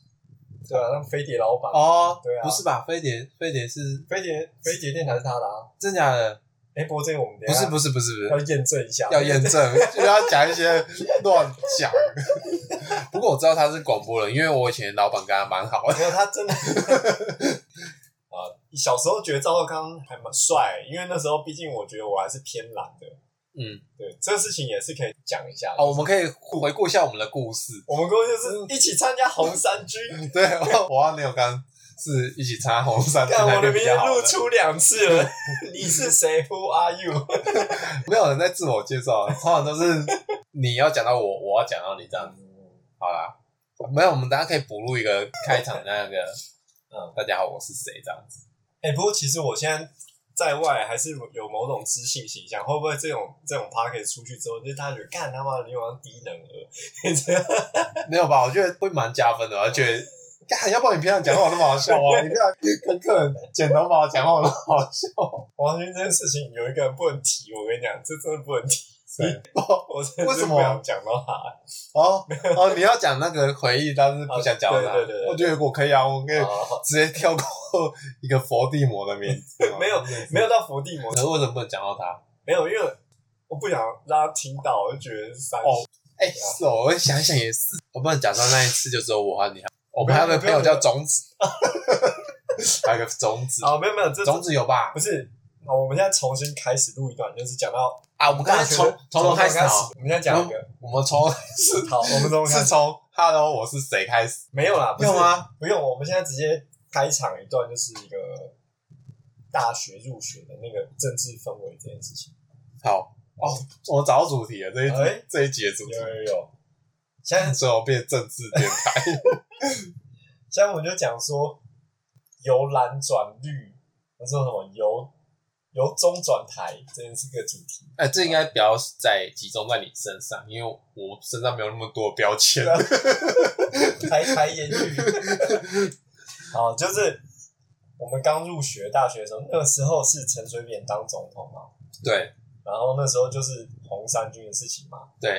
Speaker 2: 对啊，那飞碟老板，
Speaker 1: 哦，
Speaker 2: 对啊
Speaker 1: 不是吧？飞碟，飞碟是
Speaker 2: 飞碟飞碟电台是他的啊，
Speaker 1: 真假的？
Speaker 2: 哎、不过这个我们等
Speaker 1: 不
Speaker 2: 一
Speaker 1: 是，
Speaker 2: 下
Speaker 1: 不是，不是，不是
Speaker 2: 要，验证一下，
Speaker 1: 要验证， 就是要讲一些乱讲。 不过我知道他是广播人，因为我以前老板跟他蛮好的。
Speaker 2: 没有，他真的啊，小时候觉得赵少康还蛮帅，因为那时候毕竟我觉得我还是偏懒的。
Speaker 1: 嗯，哦
Speaker 2: 对，这个事情也是可以讲一下。
Speaker 1: 好，我们可以回顾一下我们的故事。
Speaker 2: 我们公司
Speaker 1: 嗯
Speaker 2: 就是一起参加红三军，
Speaker 1: 对，我我和牛刚是一起插红山，
Speaker 2: 看我的
Speaker 1: 的
Speaker 2: 名
Speaker 1: 比
Speaker 2: 字
Speaker 1: 较好嗯
Speaker 2: 露
Speaker 1: 的。
Speaker 2: 出两次了。 你是谁？Who are you？
Speaker 1: 没有人在自我介绍，通常都是你要讲到我，我要讲到你这样子。好啦，没有，我们大家可以补录一个开场那个，嗯，大家好，我是谁这样子。
Speaker 2: 哎、不过其实我现在在外还是有某种知性形象，会不会这种这种 p a r k 出去之后，就是大家觉得干他妈的你好像低能儿？
Speaker 1: 没有吧？我觉得会蛮加分的，而且。干，要不然你平常讲话我那么好笑 啊！你平常跟客人剪头发讲话我那么好笑，
Speaker 2: 王军这件事情有一个人不能提，我跟你讲，这真的不能提。
Speaker 1: 谁
Speaker 2: 我真的
Speaker 1: 哦为
Speaker 2: 是
Speaker 1: 什么
Speaker 2: 不想讲到他。
Speaker 1: 哦哦，你要讲那个回忆，但是不想讲到哪
Speaker 2: 啊对对对对
Speaker 1: 我觉得我可以啊，我可以
Speaker 2: 啊
Speaker 1: 直接跳过一个佛地魔的名字
Speaker 2: 。没有没有，到伏地魔
Speaker 1: 可，是为什么不能讲到他？
Speaker 2: 没有，因为我不想让他听到，我就觉得是三
Speaker 1: 哦哎、是哦，我想一想也是，我不能假装那一次就只有我和你啊。我们还
Speaker 2: 没有
Speaker 1: 有个朋友叫种子， 还有个种子，
Speaker 2: 啊，没有没有，这
Speaker 1: 种子有吧
Speaker 2: 不？是。好，我们现在重新开始录一段，就是讲到
Speaker 1: 啊，我们刚才从从头开始啊，
Speaker 2: 我们现在讲一个，
Speaker 1: 我们从
Speaker 2: 是好，我们从头开
Speaker 1: 是
Speaker 2: 始
Speaker 1: 从 “Hello，我是谁”开始，
Speaker 2: 没有啦，不是
Speaker 1: 用？吗？
Speaker 2: 不用，我们现在直接开场一段，就是一个大学入学的那个政治氛围这件事情。
Speaker 1: 好哦，我找到主题了，这一集、
Speaker 2: 哎
Speaker 1: 这一集的主题
Speaker 2: 有，有有，现在
Speaker 1: 所以我变政治电 台。
Speaker 2: 现在我们就讲说由蓝转绿，那说什么由由中转台，这件是个主题。
Speaker 1: 哎、这应该不要再集中在你身上，因为我身上没有那么多标 签。
Speaker 2: 开开艳遇。好，就是我们刚入学大学的时候，那个时候是陈水扁当总统嘛，
Speaker 1: 对
Speaker 2: 然后那时候就是红三军的事情嘛，
Speaker 1: 对，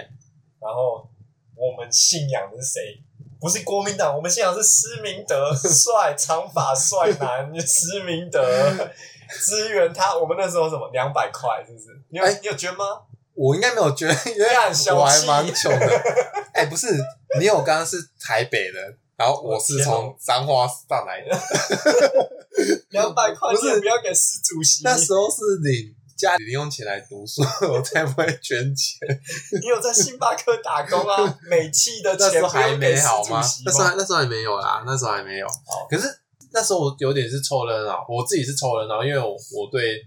Speaker 2: 然后我们信仰的是谁？不是国民党，我们信仰是施明德，帅长发帅男施明德。支援他，我们那时候什么两百块是不是？你有、
Speaker 1: 哎
Speaker 2: 你有捐吗？
Speaker 1: 我应该没有觉得，因为
Speaker 2: 干小
Speaker 1: 我还
Speaker 2: 气
Speaker 1: 蛮穷的。 哎、不是，你有刚刚是台北人，然后我是从彰化上来的，
Speaker 2: 两百块
Speaker 1: 不是
Speaker 2: 你也不要给施主席，
Speaker 1: 那时候是领家里零用钱来读书，我才不会捐钱。
Speaker 2: 你有在星巴克打工 啊？美气的
Speaker 1: 那时
Speaker 2: 钱
Speaker 1: 候还没好
Speaker 2: 不用给
Speaker 1: 吗
Speaker 2: 施？
Speaker 1: 那
Speaker 2: 主
Speaker 1: 时
Speaker 2: 席
Speaker 1: 候还那时候还没有啦，那时候还没有。可是那时候我有点是凑热闹，我自己是凑热闹，因为我我对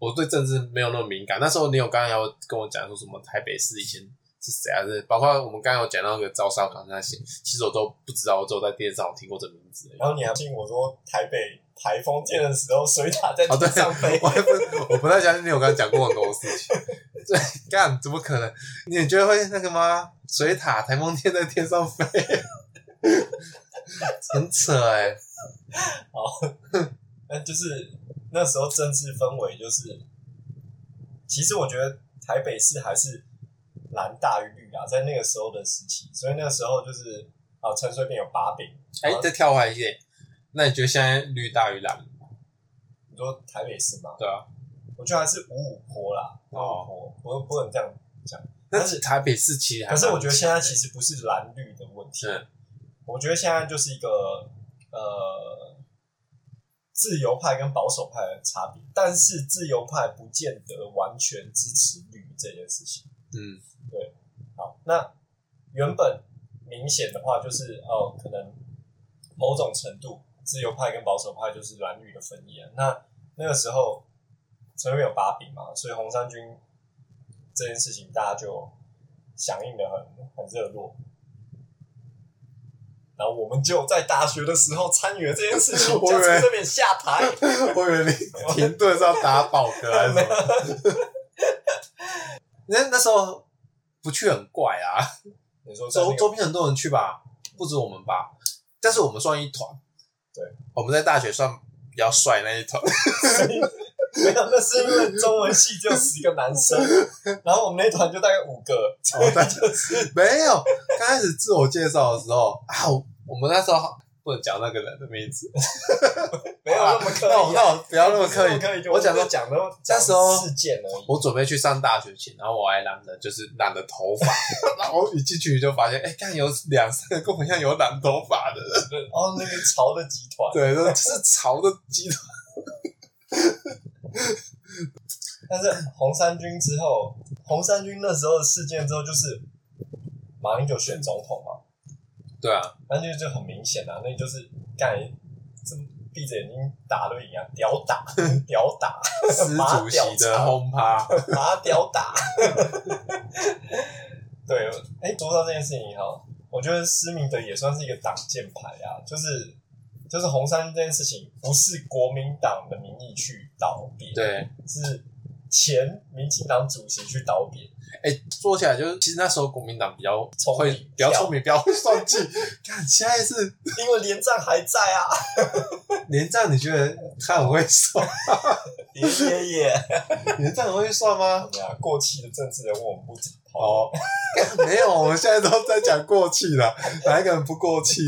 Speaker 1: 我对政治没有那么敏感。那时候你有刚刚有跟我讲说什么台北市以前是谁啊？是包括我们刚刚有讲到那个赵少康那些，其实我都不知道，我只有在电视上有听过这名字而已。
Speaker 2: 然后你还信我说台北台风天的时候水塔在
Speaker 1: 哦，对
Speaker 2: 地上飞，，
Speaker 1: 我还不我不太相信你有刚刚讲过很多事情。 对，干怎么可能？你觉得会那个吗？水塔台风天在天上飞， 很扯哎、
Speaker 2: 那就是那时候政治氛围就是，其实我觉得台北市还是蓝大于绿啊，在那个时候的时期，所以那个时候就是啊，陈水扁有把柄，
Speaker 1: 哎、再跳回来一点，那你觉得现在绿大于蓝？
Speaker 2: 你说台北市嘛，
Speaker 1: 对啊，
Speaker 2: 我觉得还是五五坡啦，五
Speaker 1: 哦
Speaker 2: 五坡，不不能这样讲。
Speaker 1: 但是台北市其实还
Speaker 2: 可
Speaker 1: 蛮
Speaker 2: 是我觉得现在其实不是蓝绿的问题，
Speaker 1: 嗯
Speaker 2: 我觉得现在就是一个呃自由派跟保守派的差别，但是自由派不见得完全支持绿这件事情。
Speaker 1: 嗯，
Speaker 2: 好，那原本明显的话就是哦，可能某种程度自由派跟保守派就是蓝绿的分野。那那个时候陈水扁有把柄嘛，所以红三军这件事情大家就响应的很很热络。然后我们就在大学的时候参与了这件事 情，
Speaker 1: 我以
Speaker 2: 就
Speaker 1: 为
Speaker 2: 从这边下台。
Speaker 1: 我以为你停顿是要打饱嗝还是什么？ 那那时候不去很怪啊，
Speaker 2: 你说在那
Speaker 1: 周
Speaker 2: 个
Speaker 1: 周边很多人去吧，不止我们吧，但是我们算一团，
Speaker 2: 对，
Speaker 1: 我们在大学算比较帅那一团，
Speaker 2: 没有，那是因为中文系只有十个男生，然后我们那团就大概五个，
Speaker 1: 哦大
Speaker 2: 就 是
Speaker 1: 没有刚开始自我介绍的时候啊，我我们那时候不能讲那个人的名字，
Speaker 2: 没有那么刻意、啊。
Speaker 1: 那我那我不要那么刻
Speaker 2: 不是
Speaker 1: 意，
Speaker 2: 刻意就
Speaker 1: 我讲
Speaker 2: 的
Speaker 1: 说
Speaker 2: 讲的
Speaker 1: 那时候
Speaker 2: 事件而已。
Speaker 1: 我准备去上大学前，然后我还染的就是染的头 发，然后一进去就发现，哎、看有两三个跟我一样有染头发的人，
Speaker 2: 哦，那个潮的集团，
Speaker 1: 对，都是 潮的鸡头。
Speaker 2: 但是红三军之后，红三军那时候的事件之后，就是马英九选总统嘛，
Speaker 1: 对啊，
Speaker 2: 那就就很明显啊，那就是干这闭着眼睛打都赢啊，屌打屌 打，
Speaker 1: 司主席的轰趴，
Speaker 2: 把他屌打。 对，哎、说到这件事情哈，我觉得施明德也算是一个挡箭牌啊，就是就是红山这件事情，不是国民党的名义去倒扁，，
Speaker 1: 对，
Speaker 2: 是前民进党主席去倒扁，
Speaker 1: 哎、说起来就是，其实那时候国民党比较
Speaker 2: 聪
Speaker 1: 会
Speaker 2: 明，
Speaker 1: 比较聪明，比较会算计。看现在是
Speaker 2: 因为连战还在啊，
Speaker 1: 连战，你觉得他很会算？
Speaker 2: 连爷爷，
Speaker 1: 连战很会算吗？
Speaker 2: 哎呀，过气的政治人物我们不讨论
Speaker 1: 哦， 没有，我们现在都在讲过气了，哪一个人不过气？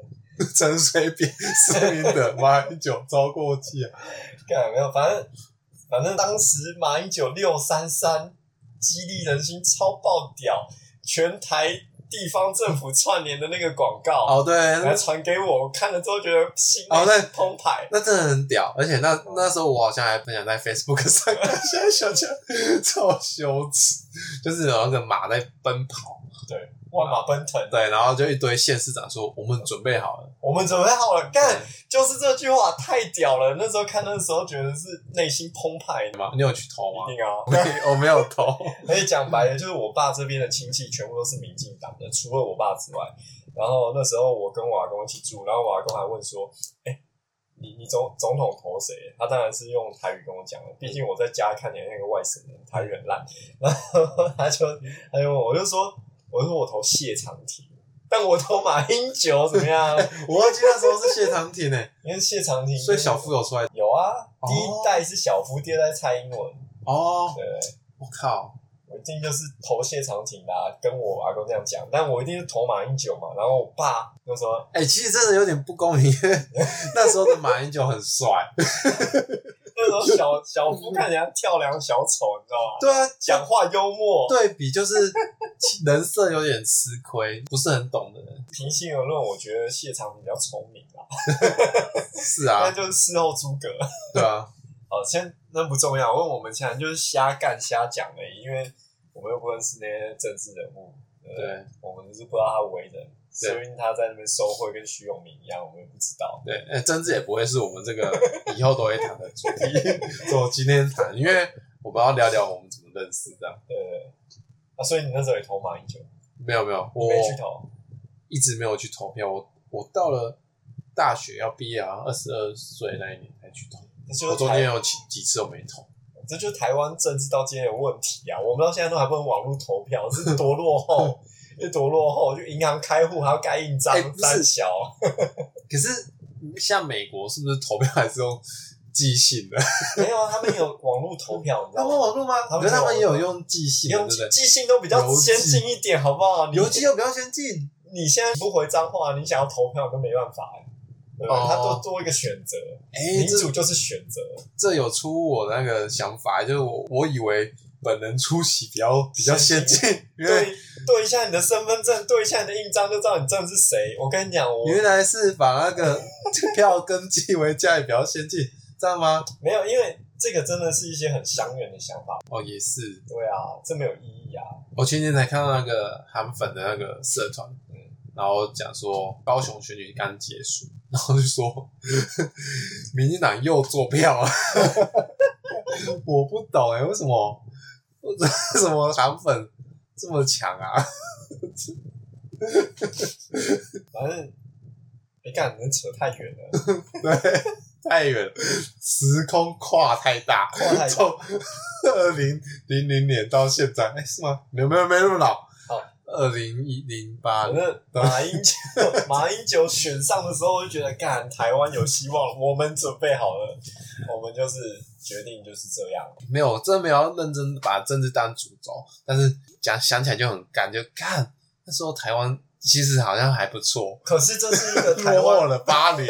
Speaker 1: 陈水扁、施明德、马英九超过气啊！
Speaker 2: 干没有，反正反正当时马英九六三三激励人心，超爆屌，全台地方政府串联的那个广告，
Speaker 1: 哦，对，
Speaker 2: 来传给我，我看了之后觉得心
Speaker 1: 哦那
Speaker 2: 里澎湃。
Speaker 1: 那真的很屌，而且那那时候我好像还分享在 Facebook 上，现在想起来超羞耻，就是有那个马在奔跑，
Speaker 2: 对，万马奔腾，
Speaker 1: 对，然后就一堆县市长说我们准备好了，
Speaker 2: 我们准备好了，
Speaker 1: 哎
Speaker 2: 干，就是这句话太屌了。那时候看那时候觉得是内心澎湃的嘛，
Speaker 1: 你有去投吗
Speaker 2: 一？定啊。
Speaker 1: 我没有投，
Speaker 2: 而且讲白了，就是我爸这边的亲戚全部都是民进党的，除了我爸之外。然后那时候我跟我阿公一起住，然后我阿公还问说：“哎、你你总总统投谁？”他当然是用台语跟我讲了，毕竟我在家看你那个外省人台语很烂。然后 他就他就问我，我就说：“我说我投谢长廷，但我投马英九怎么样？
Speaker 1: 我忘记那时候是谢长廷诶，
Speaker 2: 因为谢长廷
Speaker 1: 所以小夫有出来
Speaker 2: 有啊，
Speaker 1: 哦
Speaker 2: 第一代是小夫，第二代蔡英文，
Speaker 1: 哦，
Speaker 2: 对。”
Speaker 1: 我靠，
Speaker 2: 我一定就是投谢长廷啦、跟我阿公这样讲，但我一定是投马英九嘛。然后我爸就说
Speaker 1: 哎、其实真的有点不公平，因 为那时候的马英九很帅，：“
Speaker 2: 那时候小小夫看起来跳梁小丑，你知道吗？
Speaker 1: 对啊，
Speaker 2: 讲话幽默，
Speaker 1: 对比就是人设有点吃亏，不是很懂的人，
Speaker 2: 平心而论，我觉得谢长廷比较聪明啊，
Speaker 1: 是
Speaker 2: 那
Speaker 1: 啊，
Speaker 2: 就是事后诸葛。
Speaker 1: 对啊。
Speaker 2: 哦，先那不重要，问我们现在就是瞎干瞎讲而已，因为我们又不认识那些政治人物，对不对，
Speaker 1: 对
Speaker 2: 我们就是不知道他为人，说不定他在那边收贿跟徐永明一样，我们也不知道。
Speaker 1: 对，呃，政治也不会是我们这个以后都会谈的主题，所以我今天谈，因为我们要聊聊我们怎么认识这样。
Speaker 2: 对对对，啊，所以你那时候也投马英九，
Speaker 1: 没有没有，
Speaker 2: 你
Speaker 1: 我
Speaker 2: 没去投。
Speaker 1: 一直没有去投票，我我到了大学要毕业，好像二十二岁那一年才去投，
Speaker 2: 这就
Speaker 1: 我
Speaker 2: 是
Speaker 1: 中间
Speaker 2: 台，
Speaker 1: 有几几次我没投。
Speaker 2: 这就是台湾政治到今天的问题啊！我们到现在都还不能网络投票，这是多落后， 这多落后！就银行开户还要盖印章
Speaker 1: 哎不，是
Speaker 2: 三小，
Speaker 1: 可是嗯像美国是不是投票还是用寄信 的？
Speaker 2: 没有啊，他们有网络投票，你知
Speaker 1: 他
Speaker 2: 道
Speaker 1: 们
Speaker 2: 吗？
Speaker 1: 网络吗？
Speaker 2: 他
Speaker 1: 我
Speaker 2: 们
Speaker 1: 觉得他们也有
Speaker 2: 有
Speaker 1: 用寄信的，对
Speaker 2: 用
Speaker 1: 不对？
Speaker 2: 寄信都比较
Speaker 1: 邮寄
Speaker 2: 先进一点，好不好？你
Speaker 1: 邮寄又比较先进，
Speaker 2: 你现在不回脏话，你想要投票都没办法、欸，对吧？
Speaker 1: 哦
Speaker 2: 他多多一个选择，
Speaker 1: 哎、
Speaker 2: 民
Speaker 1: 这
Speaker 2: 主就是选择，
Speaker 1: 这有出乎我那个想法，就是我我以为本人出席比较比较先进， 因为
Speaker 2: 对对一下你的身份证，对一下你的印章，就知道你真的是谁。我跟你讲，我
Speaker 1: 原来是把那个 票根寄回家里比较先进，知道吗？
Speaker 2: 没有，因为这个真的是一些很伤人的想法。
Speaker 1: 哦，也是，
Speaker 2: 对啊，这没有意义啊。
Speaker 1: 我前天才看到那个韩粉的那个社团，嗯然后讲说高雄选举刚结束， 然后就说 欸民进党又做票啊，我不懂哎、为什么？ 为什么韩粉这么强啊？
Speaker 2: 反正你干，能扯太远了，
Speaker 1: 太远了，时空跨太大，
Speaker 2: 跨太
Speaker 1: 从二零零零年到现在，哎、是吗？没有没有没那么老
Speaker 2: 好，
Speaker 1: 二零一零八
Speaker 2: 反正马英九 马英九选上的时候，我就觉得干台湾有希望，我们准备好了，我们就是决定就是这样。
Speaker 1: 没有，我真的没有要认真把政治当主轴，但是讲想起来就很干，就干那时候台湾其实好像还不错，
Speaker 2: 可是这是一个台
Speaker 1: 落后
Speaker 2: 湾，
Speaker 1: 了八年，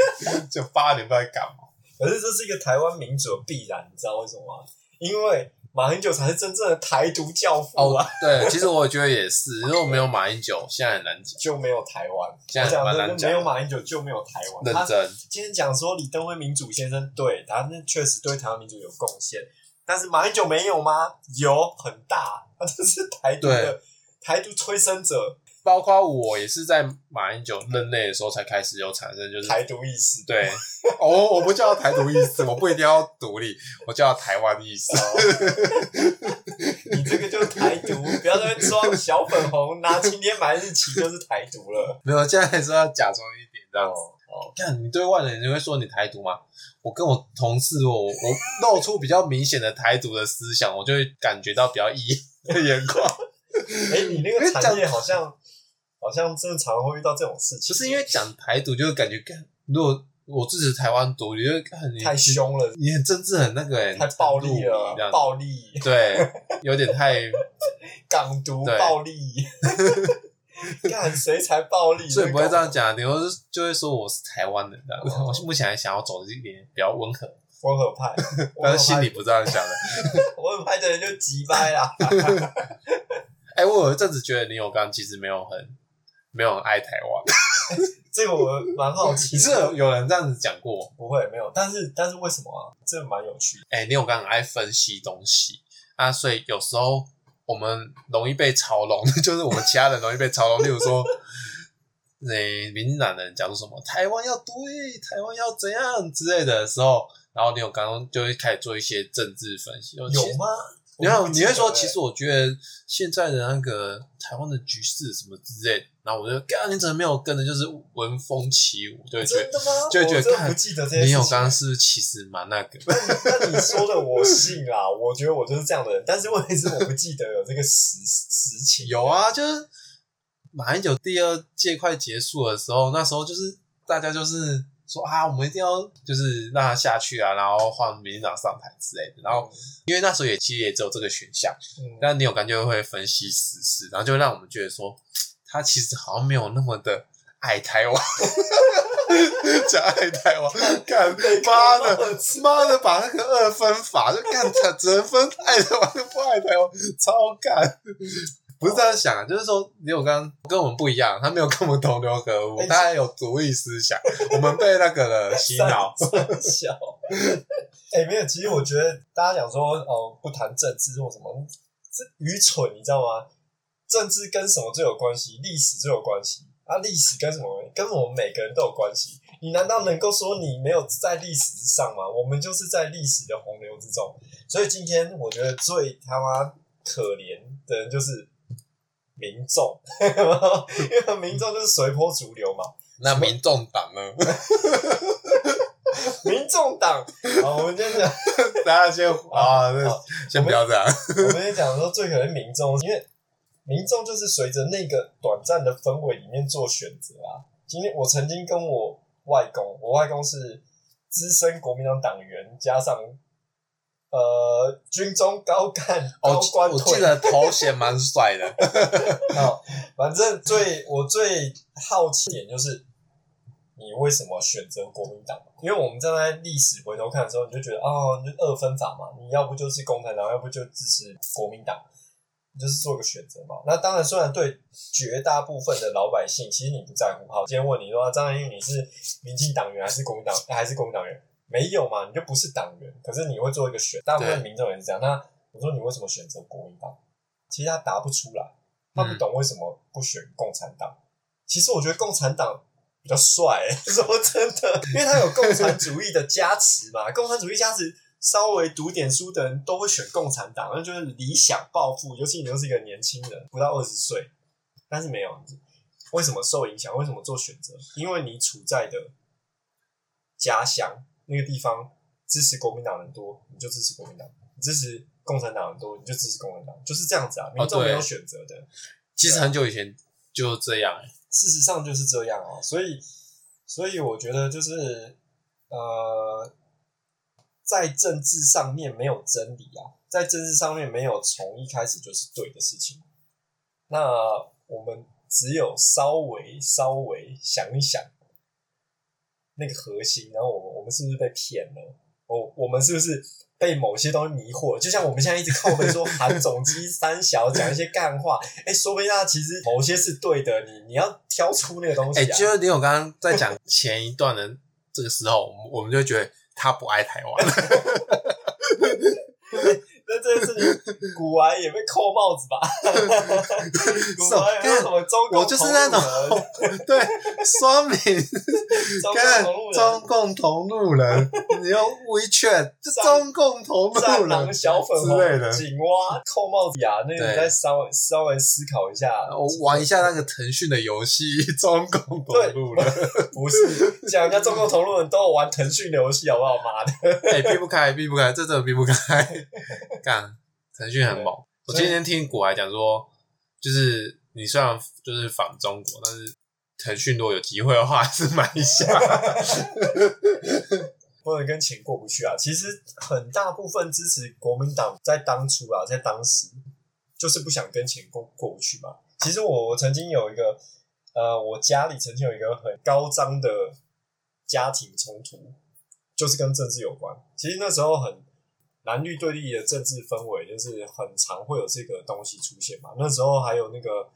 Speaker 1: 就八年不知道在干嘛。
Speaker 2: 可是这是一个台湾民主的必然，你知道为什么吗？因为马英九才是真正的台独教父啊，
Speaker 1: 对，其实我觉得也是，如果没有马英九，现在很难讲。
Speaker 2: 就没有台湾。
Speaker 1: 现
Speaker 2: 我
Speaker 1: 在
Speaker 2: 讲
Speaker 1: 蛮难
Speaker 2: 真的，
Speaker 1: 讲
Speaker 2: 没有马英九就没有台湾。他
Speaker 1: 认真，
Speaker 2: 今天讲说李登辉民主先生，对，他那确实对台湾民主有贡献，但是马英九没有吗？有，很大，他这是台独的台独催生者，
Speaker 1: 包括我也是在马英九任内的时候才开始有产生，就是
Speaker 2: 台独意识。
Speaker 1: 对， 哦，我不叫台独意识，我不一定要独立，我叫台湾意识。
Speaker 2: 你这个就是台独，不要在那边装小粉红，拿青天白日旗就是台独 了。
Speaker 1: 没有，现在还是要假装一点这样子。
Speaker 2: 哦，
Speaker 1: 看你对外人，你会说你台独吗？我跟我同事哦，我我露出比较明显的台独的思想，我就会感觉到比较异样的眼 光。
Speaker 2: 哎、你那个产业好像好像正常会遇到这种事
Speaker 1: 就
Speaker 2: 情，
Speaker 1: 是因为讲台独，就会感觉干，如果我支持台湾独立，就会看你
Speaker 2: 太凶了，
Speaker 1: 你很政治很那个哎、
Speaker 2: 太暴力
Speaker 1: 很入迷这
Speaker 2: 了，
Speaker 1: 样
Speaker 2: 暴力
Speaker 1: 对，有点 太，
Speaker 2: 港独
Speaker 1: 对
Speaker 2: 暴力。 看谁才暴力？
Speaker 1: 所以不会这样讲。你会就会说我是台湾人这样。
Speaker 2: 哦
Speaker 1: 我目前还想要走一点比较温和，
Speaker 2: 温和派， 哦
Speaker 1: 但是心里不这样想的。
Speaker 2: 温和派的人就急掰啦。
Speaker 1: 哎、我有一阵子觉得林永刚其实没有很没有很爱台湾。
Speaker 2: 这个我蛮好奇
Speaker 1: 你
Speaker 2: 的，
Speaker 1: 是有有人这样子讲过？
Speaker 2: 不会没有，但是但是为什么啊？这蛮有趣的。
Speaker 1: 哎、你有刚很爱分析东西啊，所以有时候我们容易被嘲弄， 就是我们其他人容易被嘲弄。例如说，诶、民进党的人讲出什么台湾要独立，台湾要怎样之类的时候，然后你有刚刚就会开始做一些政治分析。其
Speaker 2: 有
Speaker 1: 实
Speaker 2: 吗？
Speaker 1: 然后你会说，
Speaker 2: 我不记
Speaker 1: 其
Speaker 2: 得欸
Speaker 1: 实我觉得现在的那个台湾的局势什么之类的，然后我就干，你怎么没有跟着就是闻风起舞？就会觉得
Speaker 2: 真的吗？
Speaker 1: 就会觉得
Speaker 2: 我真的
Speaker 1: 看
Speaker 2: 不记得啊这些事
Speaker 1: 林
Speaker 2: 情。
Speaker 1: 永刚是不是其实蛮那个？
Speaker 2: 那你说的我信啦，我觉得我就是这样的人，但是问题是我不记得有这个实实情。
Speaker 1: 有啊，就是马英九第二届快结束的时候，那时候就是大家就是说啊，我们一定要就是让他下去啊，然后换民进党上台之类的。然后因为那时候也其实也只有这个选项，
Speaker 2: 嗯，
Speaker 1: 但你有感觉会分析时事，然后就会让我们觉得说他其实好像没有那么的爱台湾。 讲爱台湾，干妈的，妈的，把那个二分法就干，他只能分爱台湾不爱台湾，超干。不是这样想啊，就是说，李永刚跟我们不一样，他没有跟我们同流合污
Speaker 2: 哎，
Speaker 1: 他还有独立思想。我们被那个 了洗脑，
Speaker 2: 三小。 哎、没有，其实我觉得大家讲说哦，不谈政治或什么，这愚蠢，你知道吗？政治跟什么最有关系？历史最有关系啊！历史跟什么？跟我们每个人都有关系。你难道能够说你没有在历史之上吗？我们就是在历史的洪流之中。所以今天我觉得最他妈可怜的人就是民众， 因为民众就是随波逐流嘛。
Speaker 1: 那民众党呢？
Speaker 2: 民众党，好，我们今天讲
Speaker 1: 大家先啊，那
Speaker 2: 好
Speaker 1: 先不要这样。
Speaker 2: 我们也讲说，最可能民众，因为民众就是随着那个短暂的氛围里面做选择啊。今天我曾经跟我外公，我外公是资深国民党党员，加上呃军中高干
Speaker 1: 哦，
Speaker 2: 高官
Speaker 1: 我
Speaker 2: 退，
Speaker 1: 记得头衔蛮帅的，
Speaker 2: 好，反正最我最好奇点就是，你为什么选择国民党？因为我们站在历史回头看的时候，你就觉得哦，你就二分法嘛，你要不就是共产党，要不就支持国民党，你就是做个选择嘛。那当然，虽然对绝大部分的老百姓，其实你不在乎。好，今天问你说，啊张英你是民进党员还是国民党，还是国民党员？没有嘛，你就不是党员，可是你会做一个选，大部分
Speaker 1: 对
Speaker 2: 民众也是这样。那我说你为什么选择国民党？其实他答不出来。他不懂为什么不选共产党。其实我觉得共产党比 较帅、欸，说真的，因为他有共产主义的加持嘛。共产主义加持稍微读点书的人都会选共产党，那就是理想抱负。尤其你又是一个年轻人，不到二十岁，但是没有为什么受影响？为什么做选择？因为你处在的家乡那个地方支持国民党人多，你就支持国民党；你支持共产党人多，你就支持共产党，就是这样子啊。民众
Speaker 1: 对
Speaker 2: 没有选择的，
Speaker 1: 其实很久以前就这样、 欸，
Speaker 2: 事实上就是这样啊。所以，所以我觉得就是呃，在政治上面没有真理啊，在政治上面没有从一开始就是对的事情。那我们只有稍微稍微想一想那个核心，然后我们我们是不是被骗了？哦我我们是不是被某些东西迷惑了？就像我们现在一直靠背说韩总机三小讲一些干话，哎、说不定他其实某些是对的，你你要挑出那个东西
Speaker 1: 哎、
Speaker 2: 啊。
Speaker 1: 就是你我刚刚在讲前一段的这个时候，我们我们就觉得他不爱台湾，
Speaker 2: 那这件事情，古玩也被扣 帽子吧？古玩有什么中共
Speaker 1: 哦我就是那种
Speaker 2: 同路人
Speaker 1: 对，说明
Speaker 2: 中
Speaker 1: 看
Speaker 2: 共同
Speaker 1: 中共同路人，你用 WeChat 就中共同路
Speaker 2: 路人、战
Speaker 1: 人
Speaker 2: 狼、小粉
Speaker 1: 之
Speaker 2: 红、
Speaker 1: 类的，
Speaker 2: 井蛙、扣帽子呀，那个
Speaker 1: 对
Speaker 2: 你再稍微稍微思考一下。
Speaker 1: 我玩一下那个腾讯的游戏， 中共同路人，
Speaker 2: 不是讲人家中共同路人都有玩腾讯的游戏，好不好？妈的，
Speaker 1: 哎、避不开，避不开，这真的避不开，干，腾讯很猛。我今天听古来讲说，就是你虽然就是反中国，但是腾讯如果有机会的话，还是买一下。
Speaker 2: 不能跟钱过不去啊！其实很大部分支持国民党在当初啊，在当时就是不想跟钱过过不去嘛。其实我我曾经有一个，呃，我家里曾经有一个很高张的家庭冲突，就是跟政治有关。其实那时候很蓝绿对立的政治氛围，就是很常会有这个东西出现嘛。那时候还有那个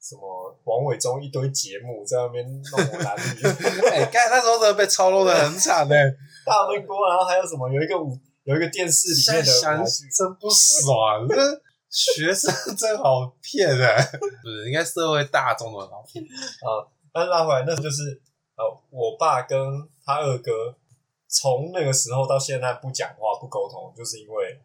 Speaker 2: 什么王伟忠一堆节目在那边弄我蓝绿。
Speaker 1: 哎、看那时候真的被操弄的很惨欸呢、
Speaker 2: 大闷锅，然后还有什么？有一个舞，有一个电视里
Speaker 1: 现在
Speaker 2: 面的舞
Speaker 1: 想
Speaker 2: 台剧，
Speaker 1: 真不爽，啊这学生真好骗啊的、 不是，应该社会大众都很好骗。
Speaker 2: 但拉回来，那就是呃，我爸跟他二哥从那个时候到现在不讲话、不沟通，就是因为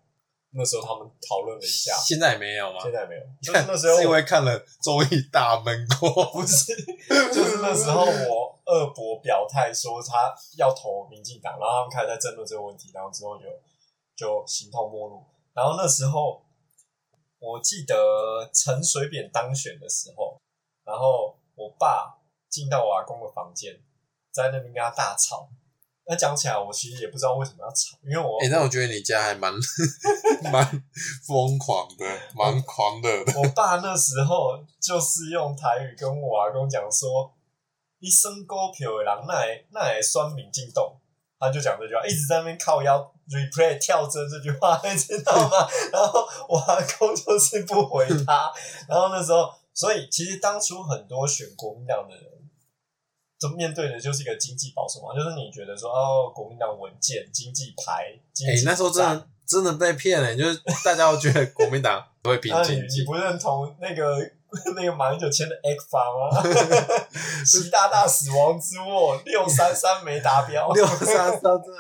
Speaker 2: 那时候他们讨论 了一 下，
Speaker 1: 现在没有吗？
Speaker 2: 现在没有，就是那时候
Speaker 1: 是因
Speaker 2: 我
Speaker 1: 为看了综艺大闷锅，
Speaker 2: 不是， 就是那时候我二伯表态说他要投民进党，然后他们开始在争论这个问题，然后之后就就形同陌路。然后那时候我记得陈水扁当选的时候，然后我爸进到我阿公的房间，在那边跟他大吵。那讲起来，我其实也不知道为什么要吵，因为我
Speaker 1: 哎、那我觉得你家还蛮蛮疯狂的，蛮狂热 的。
Speaker 2: 我爸那时候就是用台语跟我阿公讲说：“你生狗票的人，那也那也酸民进洞。”他就讲这句话，一直在那边靠腰 replay 跳针这句话，你知道吗？ 然后我阿公就是不回他。然后那时候，所以其实当初很多选国民党的人，都面对的就是一个经济保守嘛，就是你觉得说哦，国民党稳健，经济牌，经
Speaker 1: 哎、
Speaker 2: 济
Speaker 1: 那时候真
Speaker 2: 战
Speaker 1: 的真的被骗了、就是大家都觉得国民党会拼
Speaker 2: 那你
Speaker 1: 经
Speaker 2: 哎你
Speaker 1: 济，
Speaker 2: 不认同那个 那个马英九签的 A 法吗？习大大死亡之握六三三没达标
Speaker 1: 六三三真的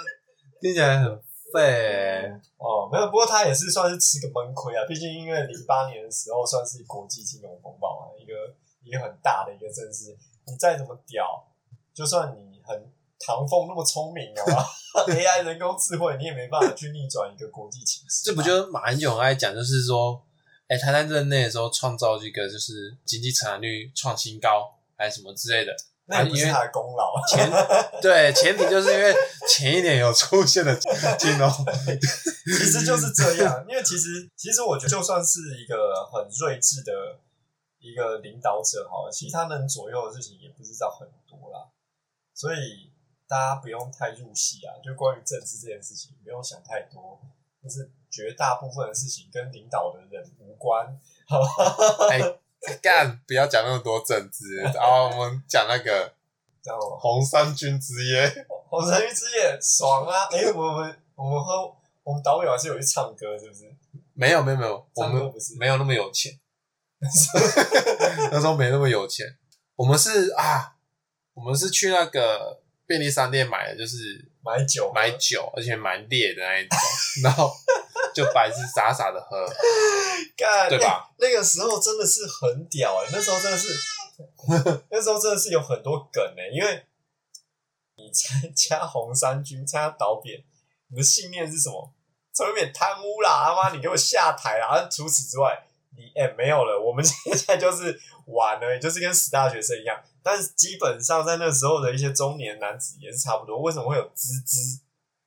Speaker 1: 听起来很废、欸。
Speaker 2: 哦，没有，不过他也是算是吃个闷亏啊，毕竟因为零八年的时候算是国际金融风暴啊嘛，一个一个很大的一个政治，你再怎么屌，就算你很唐凤那么聪明的话 ，AI 人工智慧你也没办法去逆转一个国际情势
Speaker 1: 这
Speaker 2: 嘛，啊
Speaker 1: 不就是马英九很爱讲，就是说，哎、他在任内的时候创造这个就是经济成长率创新高，还是什么之类的。
Speaker 2: 那也不是
Speaker 1: 因为
Speaker 2: 他的功劳，
Speaker 1: 前对前提就是因为前一年有出现的金融，
Speaker 2: 其实就是这样，因为其实其实我觉得，就算是一个很睿智的一个领导者好了，其实他能左右的事情也不知道很多啦，所以大家不用太入戏啊。就关于政治这件事情，不用想太多，就是绝大部分的事情跟领导的人无关，好吧？
Speaker 1: 哎、干不要讲那么多政 治，然后我们讲那个
Speaker 2: 这样吗？
Speaker 1: 红三军之夜，
Speaker 2: 红神鱼之夜爽啊！哎、我们我们喝我们导演还是有去唱歌，是不是？
Speaker 1: 没有没有没有，我
Speaker 2: 唱歌
Speaker 1: 们
Speaker 2: 不是
Speaker 1: 没有那么有钱，那时候 没那么有钱，我们是啊，我们是去那个便利商店买的，就是
Speaker 2: 买酒，
Speaker 1: 买酒，而且蛮烈的 那一种，然后就白痴傻傻的喝，
Speaker 2: 干
Speaker 1: 对吧
Speaker 2: 那？那个时候真的是很屌哎、那时候真的是， 那时候真的是有很多梗哎、因为你参 加红三军，参加导扁，你的信念是什么？陈水扁贪污啦，他妈你给我下台啦！啊除此之外，你哎、没有了，我们 现在就是玩而已，就是跟死大学生一样。但是基本上在那时候的一些中年男子也是差不多。为什么会有滋滋、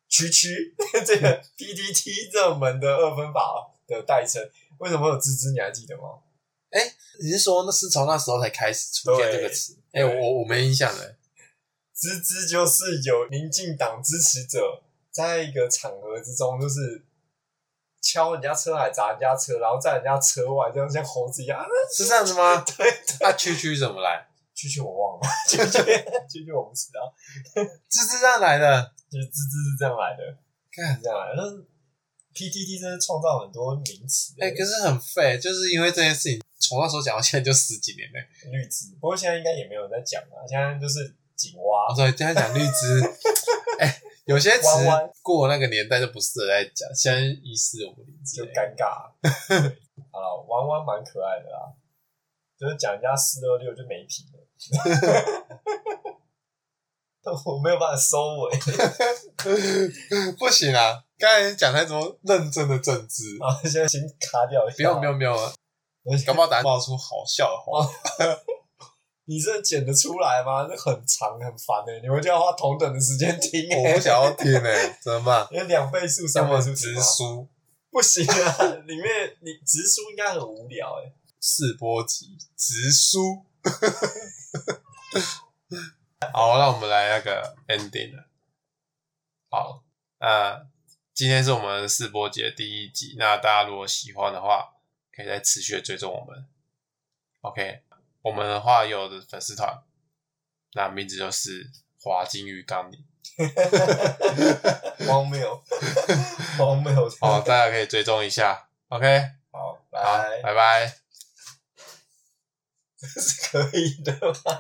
Speaker 2: 区区 这个 PPT 热门的二分法的代称？为什么会有滋滋？你还记得吗？
Speaker 1: 你是说那是从那时候才开始出现这个词？哎、
Speaker 2: 对
Speaker 1: 我我没印象了。
Speaker 2: 滋滋就是有民进党支持者在一个场合之中，就是敲人家车海、砸人家车，然后在人家车外这样像猴子一样。啊、
Speaker 1: 是这样子吗？
Speaker 2: 对，
Speaker 1: 那蛐蛐怎么来？
Speaker 2: 区区我忘了， 区区区区我不知道，
Speaker 1: 是是这样来的。
Speaker 2: 就是滋滋是这样来的，
Speaker 1: 看
Speaker 2: 是，这样来的。但是 PTT 真的创造很多名词，
Speaker 1: 哎、可是很废，就是因为这件事情，从那时候讲到现在就十几年了。
Speaker 2: 绿枝，欸不过现在应该也没有人在讲了，现在就是井蛙
Speaker 1: 哦，。对，现在讲绿枝，哎、有些词
Speaker 2: 弯弯
Speaker 1: 过那个年代就不适合再讲，现在一四五零之
Speaker 2: 就
Speaker 1: 类的。
Speaker 2: 尴尬。好了，弯弯蛮可爱的啦，就是讲人家四二六就没品了。 我没有办法收尾，
Speaker 1: 不行啊！刚才讲太多认真的政治，
Speaker 2: 好，现在先卡掉一下。
Speaker 1: 不用不，用不用，搞不好打冒出好笑的 话。
Speaker 2: 你这剪得出来吗？这很长很烦欸的、你们就要花同等的时间听、
Speaker 1: 我不
Speaker 2: 欸。
Speaker 1: 想要听呢、怎么 办？
Speaker 2: 因为两倍速、
Speaker 1: 要
Speaker 2: 三倍
Speaker 1: 么
Speaker 2: 速
Speaker 1: 直
Speaker 2: 吗
Speaker 1: 书
Speaker 2: 不行啊！里面你直书应该很无聊 哎、
Speaker 1: 试播集，直书。好，那我们来那个 ending 了。好，那今天是我们试播集的第一集，那大家如果喜欢的话，可以再持续的追踪我们。OK，我们的话有的粉丝团，那名字就是华金鱼缸里。
Speaker 2: 荒谬，荒谬。
Speaker 1: 哦，大家可以追踪一下。OK，
Speaker 2: 好，
Speaker 1: 好
Speaker 2: 拜，，
Speaker 1: 拜 拜。
Speaker 2: 是可以的吗？